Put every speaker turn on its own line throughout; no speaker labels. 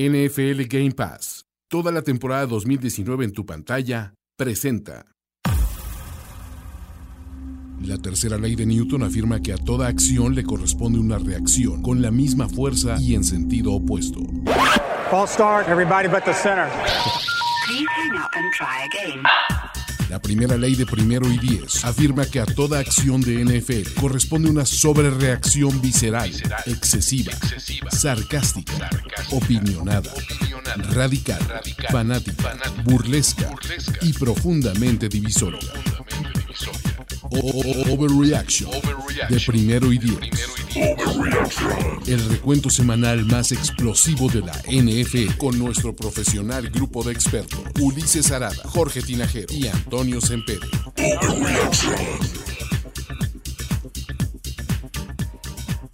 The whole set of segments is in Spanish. NFL Game Pass. Toda la temporada 2019 en tu pantalla presenta. La tercera ley de Newton afirma que a toda acción le corresponde una reacción con la misma fuerza y en sentido opuesto.
False start, everybody but the center.
Please hang up and try again.
La primera ley de primero y diez afirma que a toda acción de NFL corresponde una sobrereacción visceral, excesiva, sarcástica, opinionada, radical, fanática, burlesca, y profundamente divisoria. O- o- o- Overreaction, de primero y diez. El recuento semanal más explosivo de la NF con nuestro profesional grupo de expertos Ulises Arada, Jorge Tinajero y Antonio Sempere.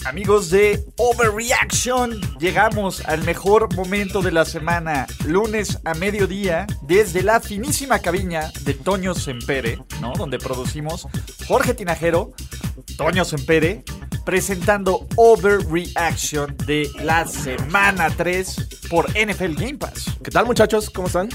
Amigos de Overreaction, llegamos al mejor momento de la semana, lunes a mediodía, desde la finísima cabiña de Toño Sempere, ¿no? Donde producimos Jorge Tinajero, Toño Sempere, presentando Overreaction de la semana 3 por NFL Game Pass.
¿Qué tal muchachos? ¿Cómo están?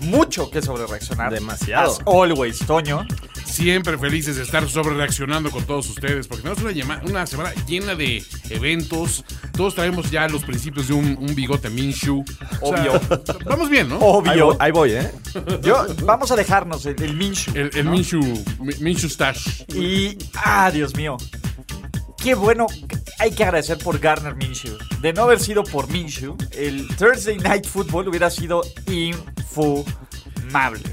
Mucho que sobre reaccionar.
Demasiado.
As always, Toño.
Siempre felices de estar sobre reaccionando con todos ustedes, porque tenemos una, llama- una semana llena de eventos. Todos traemos ya los principios de un, un bigote Minshu. O sea, vamos bien, ¿no?
Ahí voy,
Obvio.
ahí voy, ¿eh?
Yo, vamos a dejarnos el, el Minshew,
El, el
¿no?
Minshu, Mi- Minshu Stash.
Y, ah, Dios mío. Qué bueno. Hay que agradecer por Garner Minshew. De no haber sido por Minshew, el Thursday Night Football hubiera sido infumable.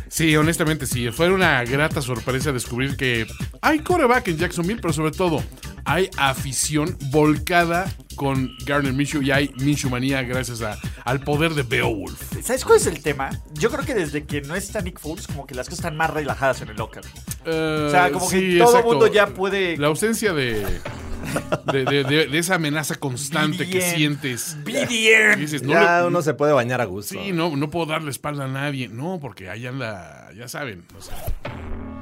Sí, honestamente sí. Fue una grata sorpresa descubrir que hay coreback en Jacksonville, pero sobre todo hay afición volcada con Garner Minshew y hay Minshu manía gracias a- al poder de Beowulf.
¿Sabes cuál es el tema? Yo creo que desde que no está Nick Foles, como que las cosas están más relajadas en el locker.
o
sea, como que todo mundo ya puede-
Eh, La ausencia de. De, de- de- de esa amenaza constante que
Bien.
sientes. Y
BDM.
dices, no
Ya
le-
uno se puede bañar a gusto.
Sí, no, no puedo darle espalda a nadie. No, porque ahí anda, ya saben, o sea,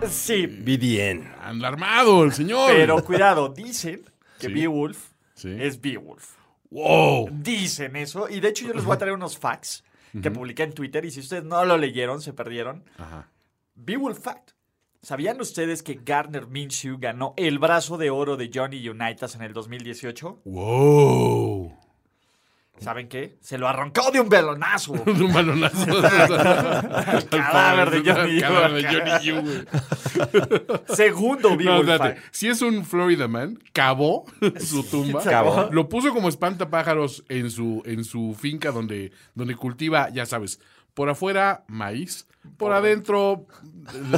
Sí,
BDN.
anda armado el señor.
pero cuidado, dicen que Beowulf
Sí.
es Beowulf.
¡Wow!
Dicen eso. Y de hecho, yo les voy a traer unos facts que publiqué en Twitter. Y si ustedes no lo leyeron, se perdieron.
Ajá.
Beowulf Fact. ¿Sabían ustedes que Garner Minshew ganó el brazo de oro de Johnny Unitas en el 2018?
¡Wow!
¿Saben qué? Se lo arrancó de un velonazo.
De un balonazo. Al
cadáver de
pobre, al
Johnny
cadáver
Yu.
de Johnny Yu, güey.
Segundo
No,
Beowulf
espérate.
Fact.
Si es un Florida man, cavó su tumba.
Cavó.
Lo puso como espantapájaros en su, en su finca donde, donde cultiva, ya sabes, por afuera maíz, por adentro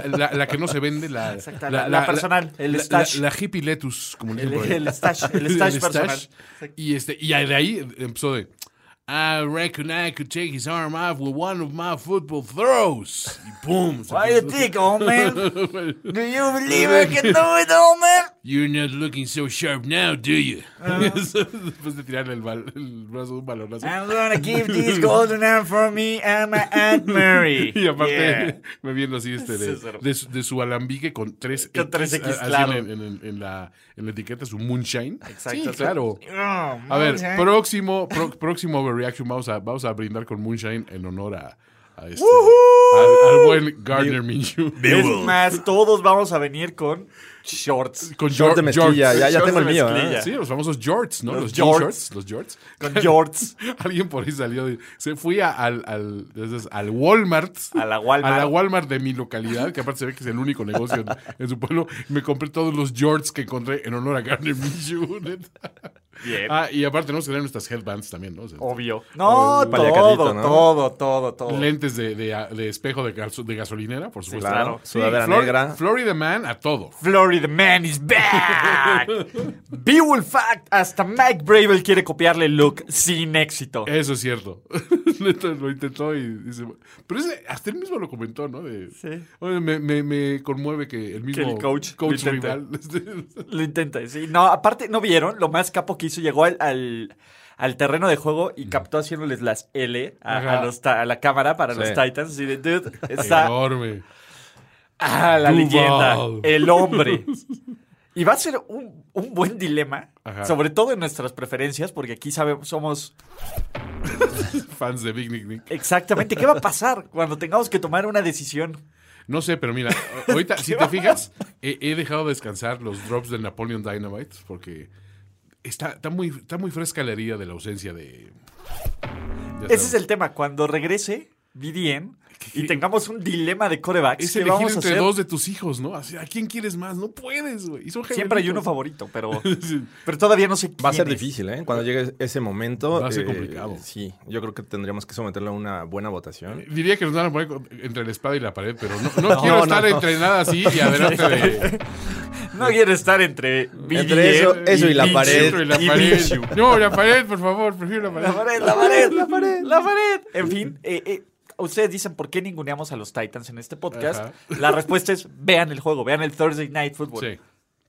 la, la- la que no se vende, la,
Exacto, la- la personal, el
la-
stash.
La, la hippie lettuce, como le
El,
dicen por ahí.
el stash, el stash personal.
Y, este, y de ahí empezó de... I reckon I could take his arm off with one of my football throws. Y pum. se
Why you
puso-
think, old man? Do you believe I can do it, old man?
You're not looking so sharp now, do you?
Ah.
Después de tirarle el, bal- el brazo de un balonazo.
I'm gonna give this golden arm for me and my Aunt Mary.
Y aparte,
Yeah.
me viendo así este de, de su- de su alambique con 3X.
Con tres X,
así
claro.
en, en- en- en la, en la etiqueta, su moonshine.
Exacto.
Sí, claro.
Oh,
A ver,
man.
próximo, pro- próximo overreaction. Vamos a, vamos a brindar con moonshine en honor a, a este, al, al buen Gardner Minshew.
Es más, todos vamos a venir con shorts.
Con
Short de
jor-
mezclilla,
jorts.
ya, ya
Shorts
tengo el
de
mío,
mezclilla.
¿eh?
Sí, los famosos jorts, ¿no?
Los
Los, jean
jorts.
shorts. Los jorts.
Con shorts.
Alguien por ahí salió. de- se fui a- al, al, entonces, al Walmart.
A la Walmart.
A la Walmart de mi localidad, que aparte se ve que es el único negocio en, en su pueblo. Me compré todos los jorts que encontré en honor a Garner Minshew. neta.
Bien.
Ah, y aparte tenemos que tener nuestras headbands también, ¿no? O sea,
Obvio. No,
Paliacatito,
todo,
¿no?
todo, todo, todo.
Lentes de, de- de espejo de, gaso- de gasolinera, por supuesto.
claro.
Sí,
Sudadera
Flor-
negra.
Florida Man a todo.
Florida Man is back. Beowulf Fact. Hasta Mike Bravel quiere copiarle el look sin éxito.
Eso es cierto. Neta, lo intentó y dice. Pero ese, hasta él mismo lo comentó, ¿no? De-
Sí.
Oye, me, me- me conmueve que el mismo
el coach lo intente.
rival.
Lo intenta, sí. No, aparte, ¿no vieron? Lo más capo que hizo, llegó al, al, al terreno de juego y captó haciéndoles las L a,
Ajá.
a los ta- a la cámara para los
Sí.
Titans. Así de, dude, está
Enorme.
ah, la
Duval.
leyenda, el hombre. Y va a ser un, un buen dilema,
Ajá.
sobre todo en nuestras preferencias, porque aquí sabemos, somos
Fans de Big Nick Nick.
exactamente qué va a pasar cuando tengamos que tomar una decisión.
No sé, pero mira, a- ahorita, si te fijas, he, he dejado descansar los drops del Napoleon Dynamite porque está, está, muy, está muy fresca la herida de la ausencia de. ya
Ese
sabes.
es el tema. Cuando regrese BDN y tengamos un dilema de corebacks,
Es
¿qué
elegir
vamos a
entre
hacer?
dos de tus hijos, ¿no? Así, ¿A quién quieres más? No puedes, güey. Y son
Siempre hay uno
gemelitos.
favorito, pero, pero todavía no sé
Va a ser
quién es.
difícil, ¿eh? Cuando llegue ese momento.
Va a ser
eh,
complicado.
Sí, yo creo que tendríamos que someterlo a una buena votación.
Diría que nos van a poner con- entre la espada y la pared, pero no, no quiero estar entrenada así y adelante de.
No quiere estar entre BDN
Entre eso- eso y la
Minshew.
pared.
Dentro de la
Y
pared.
Minshew.
No, la pared, por favor, prefiero la pared.
La pared, la pared, la pared, la pared. En fin, eh, eh, ustedes dicen por qué ninguneamos a los Titans en este podcast.
Ajá.
La respuesta es vean el juego, vean el Thursday Night Football.
Sí.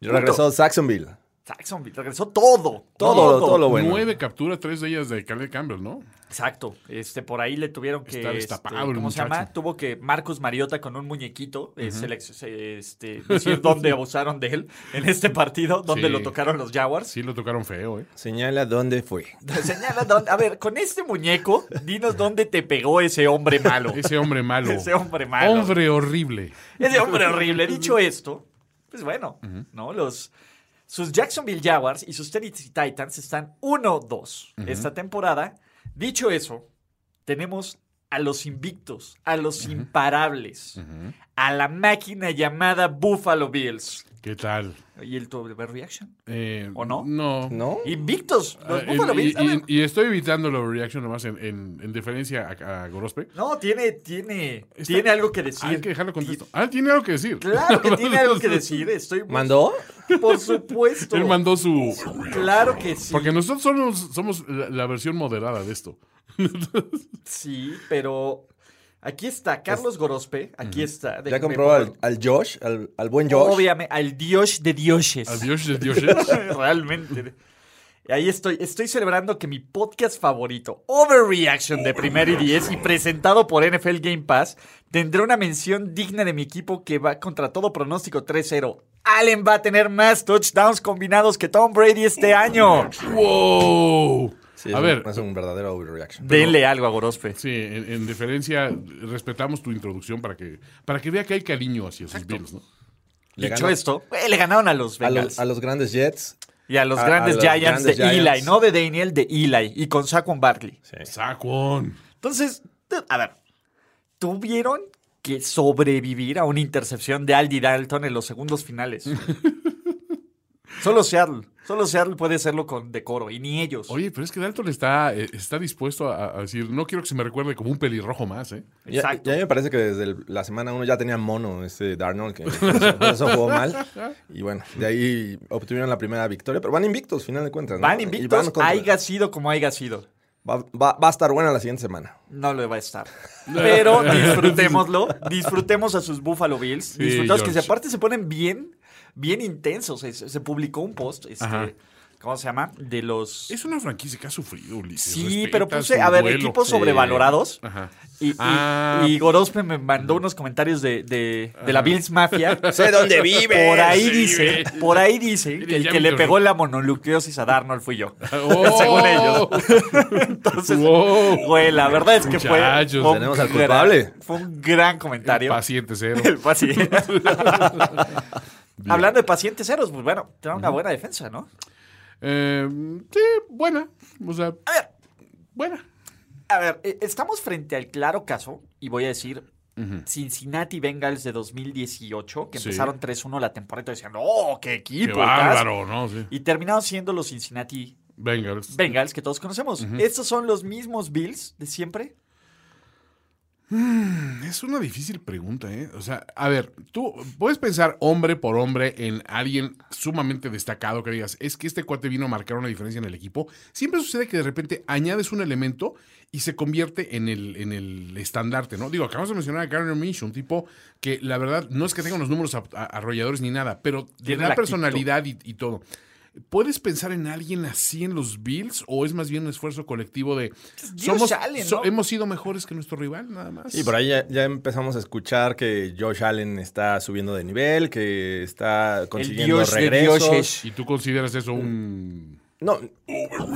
Yo regresó Saxonville.
Jacksonville regresó todo,
Todo,
todo,
todo lo bueno.
Nueve capturas, tres de ellas de Caleb Campbell, ¿no?
Exacto. Este, por ahí le tuvieron que.
Está
este,
destapado el
¿Cómo se
muchacho.
llama? Tuvo que Marcus Mariota con un muñequito eh, selec- se- este, decir dónde abusaron de él en este partido, donde
Sí.
lo tocaron los Jaguars.
Sí, lo tocaron feo, ¿eh?
Señala dónde fue.
Señala dónde. A ver, con este muñeco, dinos dónde te pegó ese hombre malo.
Ese hombre malo.
Ese hombre malo.
Hombre horrible.
Ese hombre horrible. Dicho esto, pues bueno, ¿no? Los, sus Jacksonville Jaguars y sus Tennessee Titans están 1-2 esta temporada. Dicho eso, tenemos a los invictos, a los imparables, a la máquina llamada Buffalo Bills.
¿Qué tal?
¿Y el tu overreaction?
Eh,
¿O no? Pues,
No.
¿No?
Invictos, los
Ah,
Buffalo
y,
Bills. a
y-
ver.
y estoy evitando la reaction nomás en, en, en deferencia a, a Gorospe.
No, tiene, tiene,
Está-
tiene algo que decir.
Hay que dejarlo contento. Ah, tiene algo que decir.
Claro que tiene algo que decir. Estoy
¿Mandó?
pues,
Por supuesto.
Él mandó su.
Claro que sí.
Porque nosotros somos, somos la, la versión moderada de esto.
Sí, pero aquí está Carlos Gorospe, aquí está.
Ya
déjame
compró
por-
al, al Josh, al, al buen Josh.
Obviamente, al dios de dioses.
Al Dios de Dioses.
Realmente. Ahí estoy, estoy celebrando que mi podcast favorito, Overreaction de Primer y Diez y presentado por NFL Game Pass, tendrá una mención digna de mi equipo que va contra todo pronóstico 3-0. Allen va a tener más touchdowns combinados que Tom Brady este año.
¡Wow!
Sí, es
a
un-
ver,
Es un verdadero overreaction.
Denle algo a Gorospe.
sí, en, en deferencia, respetamos tu introducción para que, para que vea que hay cariño hacia sus Bills, ¿no?
Le
Dicho
ganó
esto, eh, le ganaron a los
A
Bengals.
los, a los grandes Jets.
Y a los
A-
grandes
a los
Giants
grandes
de
Giants.
Eli, no de Daniel, de Eli, y con Saquon Barkley.
Saquon.
Entonces, te- a ver, tuvieron que sobrevivir a una intercepción de Aldi Dalton en los segundos finales. solo Seattle, solo Seattle puede hacerlo con decoro, y ni ellos.
Oye, pero es que Dalton está, eh, está dispuesto a, a decir, no quiero que se me recuerde como un pelirrojo más, ¿eh?
Ya-
Exacto.
Ya, me parece que desde el- la semana uno ya tenía mono este Darnold, que por eso jugó mal. Y bueno, de ahí obtuvieron la primera victoria, pero van invictos, final de cuentas. ¿no?
Van
Y
invictos,
contra-
haya sido como haya sido.
va, va- va a estar buena la siguiente semana.
No lo va a estar. Pero disfrutémoslo. Disfrutemos a sus Buffalo Bills. disfrutemos que
George.
se- aparte se ponen bien, bien intensos. Se, se publicó un post, este,
Ajá.
¿cómo se llama? De los.
Es una franquicia que ha sufrido, Ulises.
Sí,
Respeta
pero puse,
su
a ver,
duelo.
equipos sobrevalorados.
Ajá.
Y, y,
Ah.
y Gorospe me mandó unos comentarios de, de, de la Bills Mafia.
Sé dónde vive.
Por ahí
Sí,
dice,
güey.
por ahí dice que el
Ya
que
me
le pegó
interrumpí.
la mononucleosis a Darnold fui yo.
Oh.
Según ellos. Entonces,
Wow.
güey, la verdad es que fue,
Muchachos,
fue un
tenemos al
gran-
culpable.
Fue un gran comentario.
Paciente cero.
El paciente. Hablando de pacientes ceros, pues bueno, tiene una buena defensa, ¿no?
Eh, sí, buena. O sea,
A ver,
buena.
a ver, eh, estamos frente al claro caso, y voy a decir Cincinnati Bengals de 2018, que
Sí.
empezaron 3-1 la temporada y decían, ¡oh, qué
Qué
equipo! tas".
bárbaro, ¿no? Sí.
Y terminaron siendo los Cincinnati
Venga.
Bengals que todos conocemos. Estos son los mismos Bills de siempre.
Es una difícil pregunta, ¿eh? O sea, a ver, tú puedes pensar hombre por hombre en alguien sumamente destacado que digas, es que este cuate vino a marcar una diferencia en el equipo. Siempre sucede que de repente añades un elemento y se convierte en el, en el estandarte, ¿no? Digo, acabamos de mencionar a Garner Minshew, un tipo que la verdad no es que tenga unos números a- a- arrolladores ni nada, pero
Tiene
le da
la actitud.
personalidad y, y todo. ¿Puedes pensar en alguien así en los Bills o es más bien un esfuerzo colectivo de
Josh
somos
Allen,
so-
Pues
em-
¿no?
hemos sido mejores que nuestro rival nada más?
Y por ahí ya, ya empezamos a escuchar que Josh Allen está subiendo de nivel, que está consiguiendo
dios de
regresos.
dioses.
¿Y tú consideras eso un
No,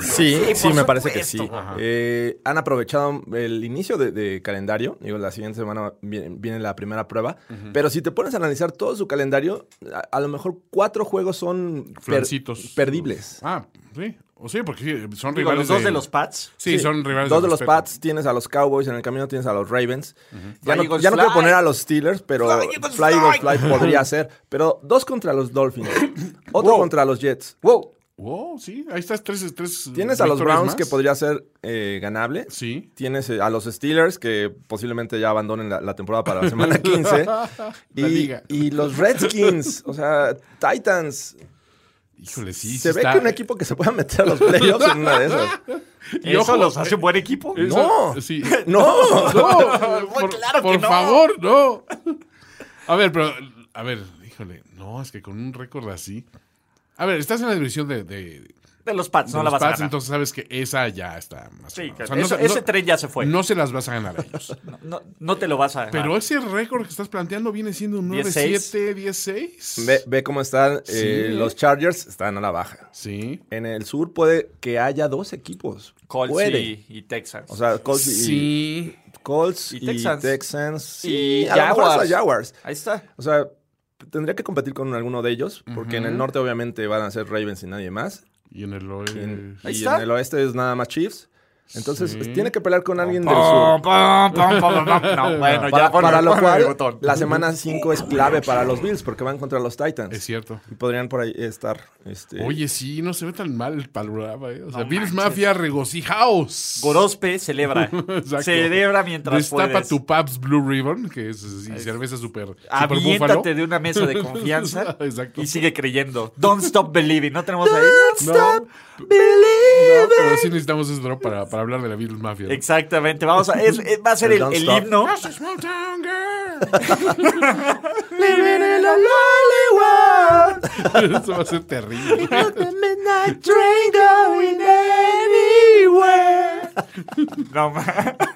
sí,
por
sí, me parece que sí.
supuesto.
Eh, han aprovechado el inicio de, de calendario. Digo, la siguiente semana viene, viene la primera prueba. Pero si te pones a analizar todo su calendario, a, a lo mejor cuatro juegos son per-
flancitos?
perdibles.
Ah, sí. O sí, porque sí, son
Digo,
rivales
los dos de,
del-
los Pats.
Sí, son rivales
Dos
del
de los
respeto.
Pats tienes a los Cowboys, en el camino tienes a los Ravens. Ya, no,
Eagles,
ya no quiero
fly.
poner a los Steelers, pero
Fly,
Fly,
Eagles,
Eagles,
fly.
Fly podría ser. Pero dos contra los Dolphins, otro contra los Jets.
Wow.
Wow, Oh, sí. Ahí estás tres, tres
Tienes a los
victorias
Browns
más.
que podría ser eh, ganable.
Sí.
Tienes eh, a los Steelers que posiblemente ya abandonen la, la temporada para la semana 15.
La
y,
liga.
y los Redskins, o sea, Titans.
Híjole, sí.
se
sí
ve
está-
que un equipo que se pueda meter a los playoffs en una de esas.
Y
¿Eso
ojo,
los
eh,
hace un buen equipo?
eso-
¡No!
Sí.
¡No!
No, por,
claro que
por
no.
favor, no. A ver, pero, a ver, híjole, no, es que con un récord así. A ver, estás en la división de, de, de
De los Pats, no la
los
vas
Pats,
a ganar.
entonces sabes que esa ya está más o
Sí,
menos.
que
O sea, no
eso-
se- no-
ese tren ya se fue. No,
No se las vas a ganar a ellos.
no- no te lo vas a ganar.
Pero ese récord que estás planteando viene siendo un 9-7, 10-6.
Ve, ve cómo están eh,
Sí.
los Chargers, están a la baja.
Sí.
En el sur puede que haya dos equipos.
Colts
puede.
y, y Texas.
O sea, Colts y,
Sí.
Colts
Y
y,
Texans.
Texans.
Y
Sí, a lo mejor hasta
Jaguars.
Jaguars.
Ahí está.
O sea, tendría que competir con alguno de ellos, porque en el norte obviamente van a ser Ravens y nadie más.
Y en el
Y
oeste.
en,
Ahí
Eh, y
está.
en el oeste es nada más Chiefs. Entonces,
Sí.
tiene que pelear con alguien del
Pum,
sur.
pum, pum, pum, pum. No, bueno,
Para,
ya ponme-
para lo
ponme mi
cual,
botón.
la semana 5 es clave para los Bills, porque van contra los Titans.
Es cierto.
Y podrían por ahí estar. Este,
Oye, sí, no se ve tan mal el panorama. ¿eh? O sea,
No
Bills
manches.
Mafia, regocijaos.
Gorospe celebra.
Exacto.
celebra mientras
Destapa
puedes.
tu Pabst Blue Ribbon, que es así, cerveza super, super búfalo.
Aviéntate de una mesa de confianza
Exacto.
y sigue creyendo. Don't stop believing. No tenemos ahí.
No, no, pero sí necesitamos ese drop para, para hablar de la Bills Mafia. ¿no?
Exactamente. Vamos a, es- es- va a ser
El
el,
Don't
el
Stop.
himno.
Just a small town girl. Eso va a ser terrible.
No, ma-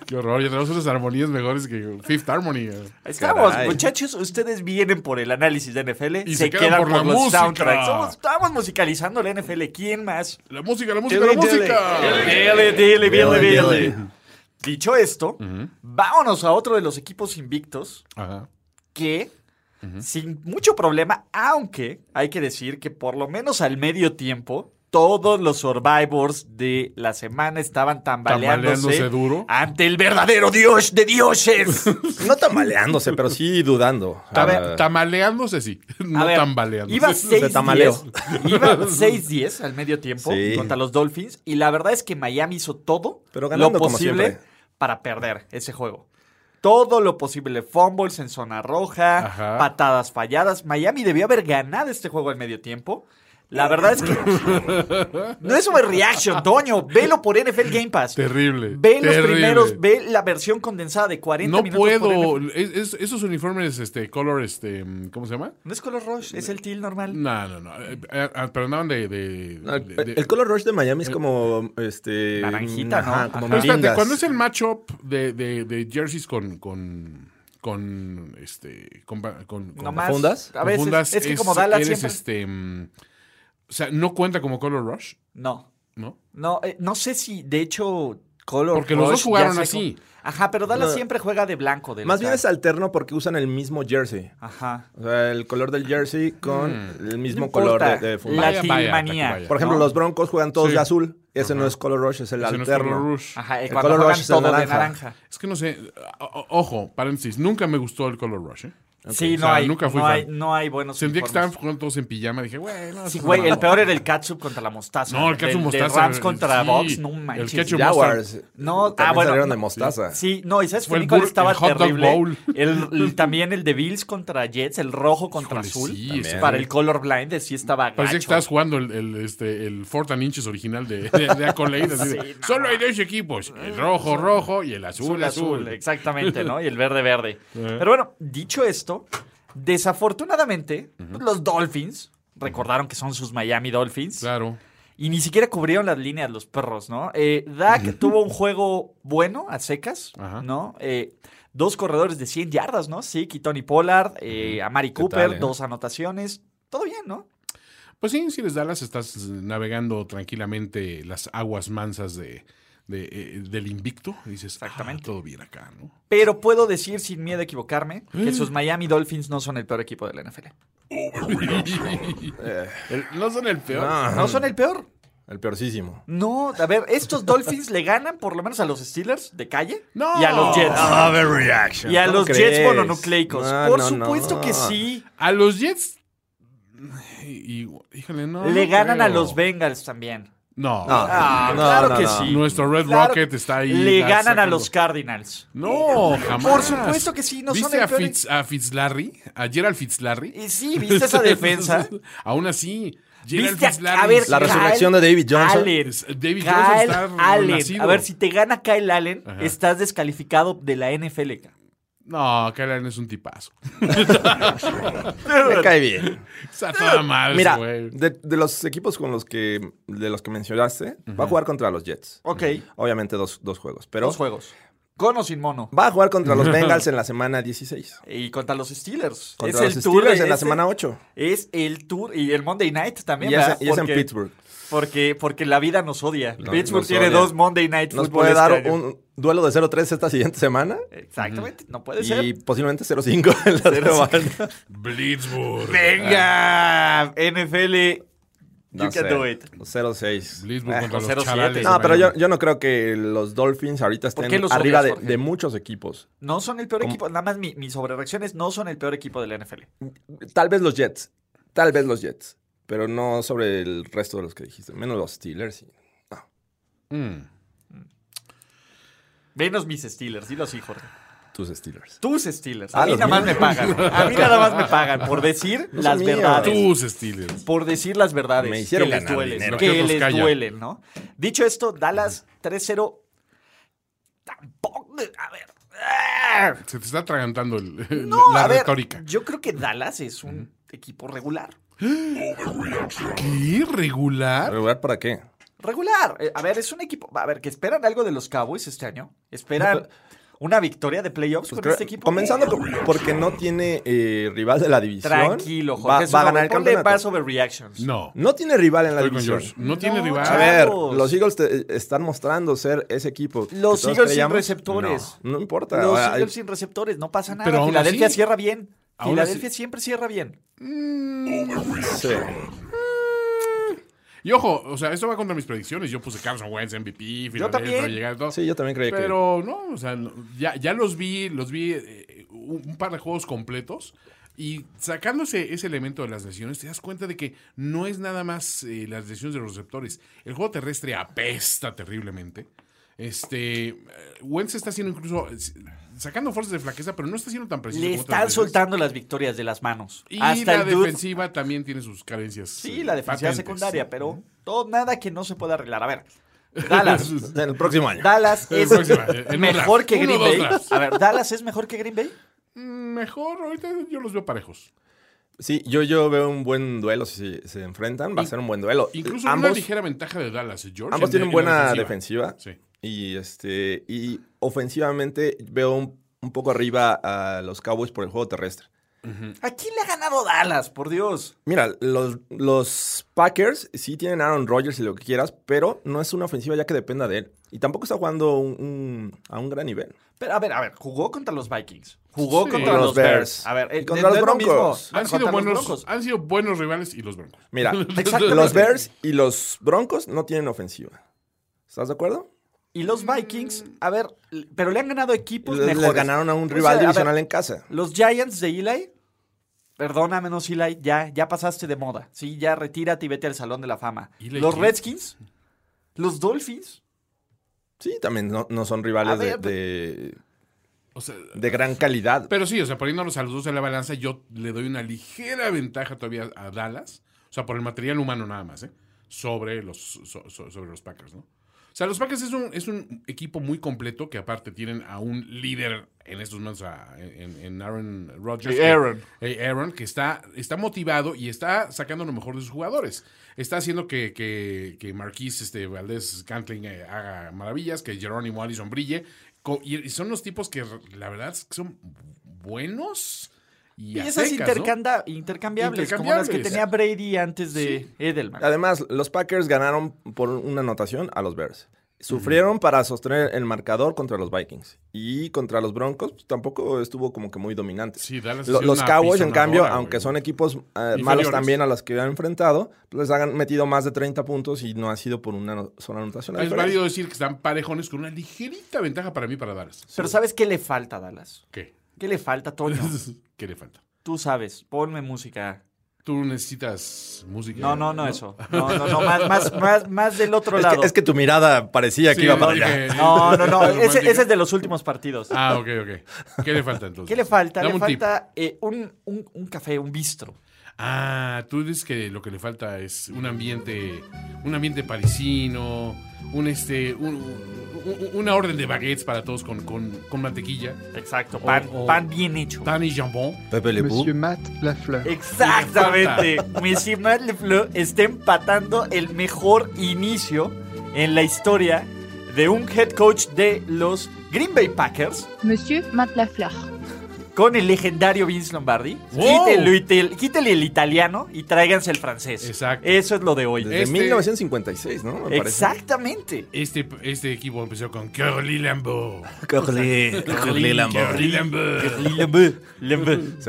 Qué horror. Ya tenemos unas armonías mejores que Fifth Harmony. ¿eh?
Estamos,
Caray.
muchachos, ustedes vienen por el análisis de NFL
Y
se,
se
quedan,
quedan por la
por, los
música.
soundtracks. Somos- estamos musicalizando la NFL. ¿Quién más?
La música, la música, la
Dele, dele.
música.
Dele, dele, dele,
Dele,
dele.
dele.
Dicho esto, vámonos a otro de los equipos invictos
Ajá.
que, sin mucho problema, aunque hay que decir que por lo menos al medio tiempo, todos los survivors de la semana estaban tambaleándose,
Tambaleándose duro.
ante el verdadero dios de dioses.
No tamaleándose, pero sí dudando.
Tama-
Ah,
Tamaleándose, sí.
A
No
ver,
tambaleándose.
Iba
Se tamaleó.
6-10. Iba 6-10 al medio tiempo
Sí.
contra los Dolphins. Y la verdad es que Miami hizo todo
Pero ganando
lo
como
posible
siempre.
para perder ese juego. Todo lo posible. Fumbles en zona roja,
Ajá.
patadas falladas. Miami debió haber ganado este juego al medio tiempo. La verdad es que. no es una reaction, Toño. Velo por NFL Game Pass.
Terrible.
Ve los
terrible.
primeros, ve la versión condensada de 40
No
minutos. por
puedo.
NFL.
Es- es- esos uniformes, este, color, este, ¿cómo se llama?
No es color rush, es el teal normal.
No, no, no. Eh, eh, ah, pero andaban de. de-
no,
de- de-
el, el color rush de Miami es como este
Naranjita, ¿no?
ajá, como
Ajá.
Pero espérate,
merindas.
¿cuándo es el matchup de, de, de jerseys con. con. con. este. con. ba- con, con-
No más.
fundas?
A veces.
fundas?
es que como Dallas
eres,
siempre.
este. mm, o sea, no cuenta como Color Rush,
No.
¿no?
No, eh, no sé si, de hecho, Color
Porque los dos
Rush ya
jugaron
sé
así.
cómo- Ajá, pero Dallas
No.
siempre juega de blanco. de
Más bien es
local.
alterno porque usan el mismo jersey.
Ajá.
O sea, el color del jersey con el mismo
Mm. No
color
importa.
de, de funda.
La
Vaya, vaya,
tilmanía.
Tacubaya.
Por ejemplo,
¿no?
los Broncos juegan todos
Sí.
de azul. Ese no es color rush, es el
Ese no es
alterno.
Color Rush.
Ajá, eh,
El
cuando
Color
juegan
Rush es el
todo de
naranja.
naranja.
Es que no sé. o- o- ojo, paréntesis. Nunca me gustó el Color Rush, ¿eh?
Sí,
O
no,
sea,
hay,
nunca fui
no,
fan.
hay, no hay buenos
Sentía que estaban
uniformes.
jugando todos en pijama. Dije, güey, no.
Sí,
es
güey,
una
el
mamada".
peor era el ketchup contra la mostaza.
No, el ketchup
Del-
mostaza,
De Rams
el-
contra
sí,
Bucks, no
el
manches.
ketchup
Jaguars. eh,
No,
También
ah, bueno,
salieron de
no,
mostaza.
Sí, no, y sabes
Fue
también
el
cuál
bur-
estaba
el hot dog
terrible.
bowl.
El, el- también el de Bills contra Jets, el rojo contra
Híjole,
azul.
sí, ese
para el color blind, sí estaba
Parecía que
gacho.
estabas jugando el, el, este, el Fortan Inches original de, de, de Accolade, así de,
Sí, no.
Solo hay dos equipos, el rojo, rojo y el azul,
azul,
azul. Eh,
azul, exactamente, ¿no? Y el verde, verde. Pero bueno, dicho esto, desafortunadamente, los Dolphins recordaron que son sus Miami Dolphins.
Claro.
Y ni siquiera cubrieron las líneas los perros, ¿no? Eh, Dak tuvo un juego bueno a secas,
Ajá.
¿no? Eh, dos corredores de 100 yardas, ¿no? Sí, y Tony Pollard, eh, a Mari
¿Qué
Cooper,
tal, eh?
dos anotaciones. Todo bien, ¿no?
Pues sí, si eres Dallas, estás eh, navegando tranquilamente las aguas mansas de, de, eh, del invicto. Y dices,
Exactamente.
"Ah, todo bien acá, ¿no?
Pero puedo decir sin miedo a equivocarme que sus Miami Dolphins no son el peor equipo de la NFL.
El- no son el peor.
No son el peor.
Eh, El peorcísimo.
No, a ver, estos Dolphins le ganan por lo menos a los Steelers de calle
No.
y a los Jets.
Overreaction.
Y a los Jets
crees?
mononucleicos.
No,
por
no, no.
supuesto que sí.
A los Jets. y- y- híjole, no.
le
no
ganan a
creo.
los Bengals también.
No.
No,
Ah,
no,
claro
no,
que
no.
sí.
Nuestro Red
Claro
Rocket está ahí.
Le
da-
ganan a
sacando-
los Cardinals.
No, jamás.
Por supuesto que sí, no son
¿Viste
el
a,
peor-
Fitz, a Fitzlarry? ¿A Gerald Fitzlarry?
Y sí, ¿viste esa defensa?
Aún así, Gerald
¿Viste a,
Fitzlarry.
a ver,
La
Kyle
resurrección de David Johnson.
Allen.
Es- David
Kyle
Johnson está
Allen.
renacido.
A ver, si te gana Kyle Allen,
Ajá.
estás descalificado de la NFL. ca.
No, Kyle Allen es un tipazo.
Me cae bien.
Está toda madre,
Mira,
güey.
de, de los equipos con los que de los que mencionaste, va a jugar contra los Jets.
Ok,
Obviamente dos, dos juegos, pero
dos juegos. Con o sin mono.
va a jugar contra los Bengals en la semana 16.
Y contra los Steelers.
Contra
es
los
el tour
Steelers
de
en la
ese-
semana 8.
Es el tour y el Monday Night también.
Y es,
¿verdad?
y es en
Porque-
Pittsburgh.
Porque, porque la vida nos odia.
No-
Pittsburgh
nos
tiene
odia.
dos Monday Night
Nos
Football
puede
este
dar
año.
un duelo de 0-3 esta siguiente semana
Exactamente, no puede ser.
y posiblemente 0-5 en la semana.
Blitzburg.
Venga, NFL,
Ah. No
you can
sé,
do it.
0-6.
Blitzburg
Eh,
contra
con
los
0-7.
chavales.
No,
de
pero yo,
Miami.
yo no creo que los Dolphins ahorita
¿Por
estén
qué los
arriba
odias,
de,
Jorge?
de muchos equipos.
No son el peor
¿Cómo?
equipo, nada más mi, mis sobrereacciones no son el peor equipo de la NFL.
Tal vez los Jets. Tal vez los Jets. Pero no sobre el resto de los que dijiste. Menos los Steelers. y-
Mm.
Menos mis Steelers, dilo así, Jorge.
Tus Steelers.
Tus Steelers.
Ah,
A mí
los
nada más me
míos.
pagan. A mí nada más me pagan por decir
No son
las
míos.
verdades.
Tus Steelers.
por decir las verdades.
Me hicieron
que les
ganar
duelen,
dinero.
Que
Que
otros
les
callan.
duelen, ¿no? Dicho esto, Dallas 3-0. Tampoco. A ver. ¡ah!
Eh,
Se te está atragantando el-
No,
la
a ver,
retórica.
Yo creo que Dallas es un equipo regular.
¿Qué? ¿Regular?
¿Regular para qué?
Regular. Eh, A ver, es un equipo. A ver, que esperan algo de los Cowboys este año. Esperan una victoria de playoffs
Pues
con
creo-
este equipo.
comenzando con- porque no tiene eh, rival de la división.
Tranquilo,
Va,
Jorge. es
va a
una-
ganar el
ponle
campeonato.
más overreactions.
No.
No tiene rival en la
Estoy con
división.
George. No tiene
pues, No,
rival.
A ver,
Chavos.
los Eagles te- están mostrando ser ese equipo. que
Los
todos
Eagles sin
creíamos.
receptores.
No, no importa.
Los
Ahora,
Eagles sin receptores, no pasa nada.
Pero aún
Filadelfia
así-
cierra bien.
aún
Filadelfia siempre cierra bien.
sí.
Y ojo, o sea, esto va contra mis predicciones. Yo puse Carson Wentz MVP, Filadelfia,
también.
para llegar y todo.
Sí, yo también creía que...
Pero no, o sea, no, ya, ya los vi, los vi eh, un un par de juegos completos. Y sacándose ese elemento de las lesiones, te das cuenta de que no es nada más eh, las lesiones de los receptores. El juego terrestre apesta terriblemente. Este, eh, Wentz está haciendo incluso, eh, sacando fuerzas de flaqueza, pero no está siendo tan preciso.
Le
como otras
están
veces.
soltando las victorias de las manos.
Y
Hasta
la
el dude-
defensiva también tiene sus carencias.
Sí,
eh,
la defensiva
patentes.
secundaria, pero todo, nada que no se pueda arreglar. A ver, Dallas.
En el próximo año.
Dallas
El
es
próximo, en un
mejor
draft.
que
Uno,
Green
dos
Bay.
drafts.
A ver, Dallas es mejor que Green Bay.
Mm, Mejor, ahorita yo los veo parejos.
Sí, yo, yo veo un buen duelo si se, se enfrentan. Va a ser un buen duelo.
Incluso una
ambos,
ligera ventaja de Dallas, eh, George.
ambos
en-
tienen
en la
buena defensiva.
Sí.
Y este y ofensivamente veo un, un poco arriba a los Cowboys por el juego terrestre.
¿A quién le ha ganado Dallas? Por Dios.
Mira, los, los Packers sí tienen a Aaron Rodgers y lo que quieras, pero no es una ofensiva ya que dependa de él. Y tampoco está jugando un- un- a un gran nivel.
Pero a ver, a ver, jugó contra los Vikings. Jugó
Sí.
contra
Los
los Bears.
Bears.
A ver,
Y
eh,
contra
no
los
es lo mismo.
Broncos.
Ah,
Han sido,
contra los
buenos,
Broncos.
han sido buenos rivales y los Broncos.
Mira,
Exactamente.
los Bears y los Broncos no tienen ofensiva. ¿Estás de acuerdo?
Y los Vikings, a ver, l- pero le han ganado equipos
Les, les
Pues mejores.
ganaron a un
O
rival
sea, a ver,
divisional en casa.
Los Giants de Eli, perdónamenos Eli, ya, ya pasaste de moda. Sí, ya retírate y vete al Salón de la Fama.
Eli,
los
¿qué?
Redskins, los Dolphins.
Sí, también no, no son rivales
A ver,
de, de-
O sea,
de gran calidad.
pero sí, o sea, poniéndonos a los dos en la balanza, yo le doy una ligera ventaja todavía a Dallas. O sea, por el material humano nada más, ¿eh? Sobre los, so- so- sobre los Packers, ¿no? O sea, los Packers es un, es un equipo muy completo que aparte tienen a un líder en estos momentos, a- en, en Aaron Rodgers.
Sí, Aaron.
Eh, Aaron, que está, está motivado y está sacando lo mejor de sus jugadores. Está haciendo que, que, que Marquise este, Valdés Cantling eh, haga maravillas, que Jerónimo Allison brille. Co- Y y son los tipos que la verdad es que son buenos y,
Y
a
esas
secas, ¿no?
intercanda- intercambiables, como las que
Intercambiables.
tenía Brady antes de Edelman.
Además, los Packers ganaron por una anotación a los Bears. Sufrieron para sostener el marcador contra los Vikings. Y contra los Broncos pues, tampoco estuvo como que muy dominante.
Sí, Dallas ha
Lo-
sido
los
Pues una
Cowboys, en
pisonadora,
cambio,
güey.
aunque son equipos eh,
Inferiores.
malos también a los que han enfrentado, pues, les han metido más de 30 puntos y no ha sido por una no- sola anotación.
Es válido decir que están parejones con una ligerita ventaja para mí para Dallas.
Pero ¿sabes qué le falta a Dallas?
¿Qué?
¿Qué le falta, Toño?
¿Qué le falta?
Tú sabes, ponme música.
Tú necesitas música.
No, no, no, eso. No, no, no, más, más, más, más del otro
Es
lado.
que, es que tu mirada parecía que
Sí,
iba para
dije-
allá.
No, no, no, ese,
romántica.
ese es de los últimos partidos.
Ah, ok, ok. ¿Qué le falta entonces?
¿Qué le falta?
Dame
Le
un
falta eh, un, un- un café, un bistro.
tip. Ah, tú dices que lo que le falta es un ambiente, un ambiente parisino, un este, un- un- una orden de baguettes para todos con, con, con mantequilla,
Exacto, pan,
o-
pan bien hecho.
pan y jambón.
Pepe Le Pew.
Monsieur Matt Lafleur.
Exactamente. Monsieur Matt LeFleur está empatando el mejor inicio en la historia de un head coach de los Green Bay Packers
Monsieur Matt Lafleur.
con el legendario Vince Lombardi.
Wow.
Quítelo y te- Quítele el italiano y tráiganse el francés.
Exacto.
Eso es lo de hoy.
Desde
Este-
1956, ¿no? Me parece.
Exactamente.
Este, este equipo empezó con Curly Lambeau. Curly
Se
Lambeau.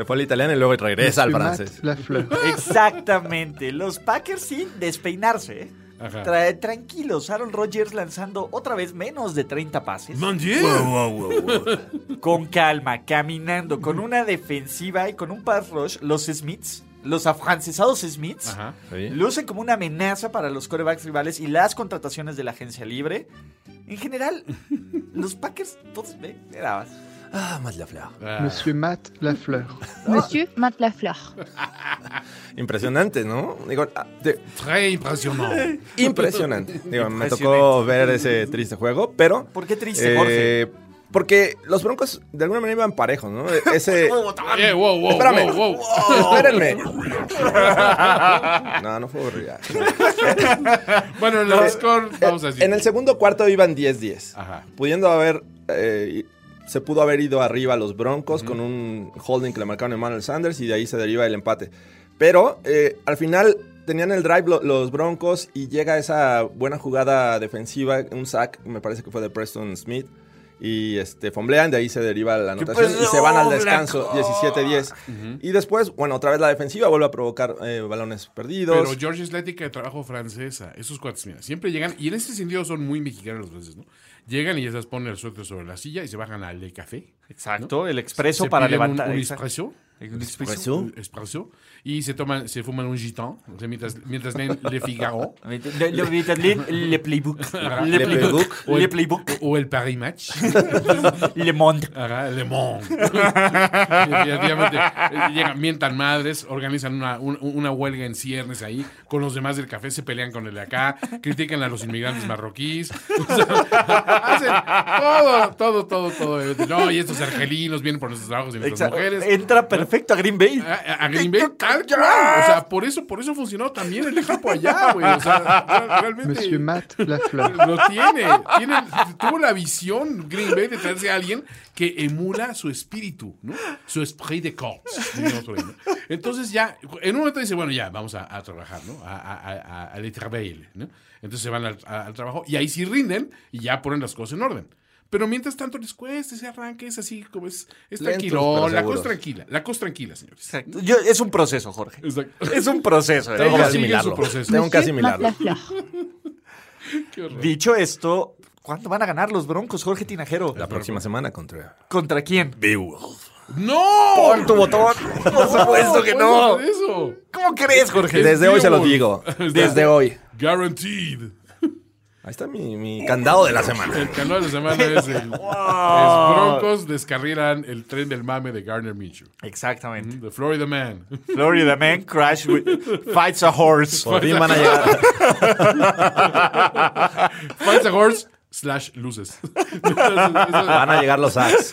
fue al italiano y luego regresa al
Monsieur
francés.
Matt Lafleur.
Exactamente. Los Packers sin despeinarse. ¿eh?
Ajá.
Tra- tranquilos, Aaron Rodgers lanzando otra vez menos de 30 pases.
Mon Dieu.
Con calma, caminando, con una defensiva y con un pass rush, los Smiths, los afrancesados Smiths,
Ajá.
Sí.
lucen como una amenaza para los corebacks rivales y las contrataciones de la agencia libre. En general, los Packers, todos me esperabas.
Ah, más Lafleur.
Ah,
Monsieur Matt Lafleur.
Monsieur Matt Lafleur.
Impresionante, ¿no? Digo, ah, de-
très impresionante.
impresionante. Digo, me tocó ver ese triste juego, pero.
¿Por qué triste, Jorge?
eh, Porque los Broncos de alguna manera iban parejos, ¿no? E- Ese.
Eh, wow, wow, wow,
Espérame.
wow.
Oh.
Espérenme. No, no fue horrible.
Bueno, en el score, vamos a decir.
eh, En el segundo cuarto iban 10-10.
Ajá.
pudiendo haber. eh, se pudo haber ido arriba a los Broncos con un holding que le marcaron a Emmanuel Sanders y de ahí se deriva el empate. Pero eh, al final tenían el drive lo- los Broncos y llega esa buena jugada defensiva, un sack, me parece que fue de Preston Smith. Y este, fomblean, de ahí se deriva la
pues
anotación y se van al descanso 17-10. Y después, bueno, otra vez la defensiva vuelve a provocar eh, balones perdidos.
Pero George es la ética de trabajo francesa. Esos cuates, mira, siempre llegan, y en ese sentido son muy mexicanos los franceses, ¿no? Llegan y ya se las ponen el suéter sobre la silla y se bajan al de café.
Exacto, el expreso
Se
para
piden un-
levantar.
Un,
exacto.
espresso.
Un espresso.
Un espresso. Y se toman, se fuman un gitán, o sea, mientras, mientras leen Le Figaro.
Le, le- le- le playbook. Le
Le
playbook.
playbook.
Le playbook.
O el Paris Match.
Le monde.
Ajá, Le Monde. Definitivamente. eh, Llegan, mientan madres, organizan una, un- una huelga en ciernes ahí, con los demás del café se pelean con el de acá, critican a los inmigrantes marroquíes. O sea, hacen todo, todo, todo, todo. No, y estos argelinos vienen por nuestros trabajos y nuestras
Exacto.
mujeres.
Entra perfecto a Green Bay.
A, a- a Green Bay, tal cual. O sea, por eso, por eso funcionó también el campo allá, güey. O sea, realmente.
Monsieur Matt Lafleur.
Lo tiene, tiene, tuvo la visión Green Bay de traerse a alguien que emula su espíritu, ¿no? Su esprit de corps. diríamos por ahí, ¿no? Entonces ya, en un momento dice, bueno, ya, vamos a, a trabajar, ¿no? A, a, a- a- al travail, ¿no? Entonces se van al, a- al trabajo y ahí sí rinden y ya ponen las cosas en orden. Pero mientras tanto les cuesta ese arranque, es así como es, es
Lentos,
tranquilo,
pero
la cosa
seguros.
es tranquila, la cosa es tranquila, señores.
Exacto. Yo- es un proceso, Jorge.
Exacto.
Es un proceso. ¿eh?
Tengo que
Ella sigue
asimilarlo.
su proceso.
Tengo que
Monsieur Matt
asimilarlo.
Lafleur.
Qué horror.
Dicho esto, ¿cuándo van a ganar los Broncos, Jorge Tinajero?
La próxima semana contra
¿Contra quién?
¡No!
Pon tu botón. Por supuesto que
¿Cómo
no.
hacer eso?
¿Cómo crees, Jorge?
Desde hoy se lo
Beowulf.
digo. Desde hoy.
Guaranteed.
Ahí está mi, mi candado de la
El
semana.
canal de semana es el es Broncos descarrilan el tren del mame de Garner Minshew.
Exactamente.
The Florida Man.
Florida man crash with, fights a horse.
Por fin van a llegar.
Finds a horse slash loses.
Van a llegar los sacks.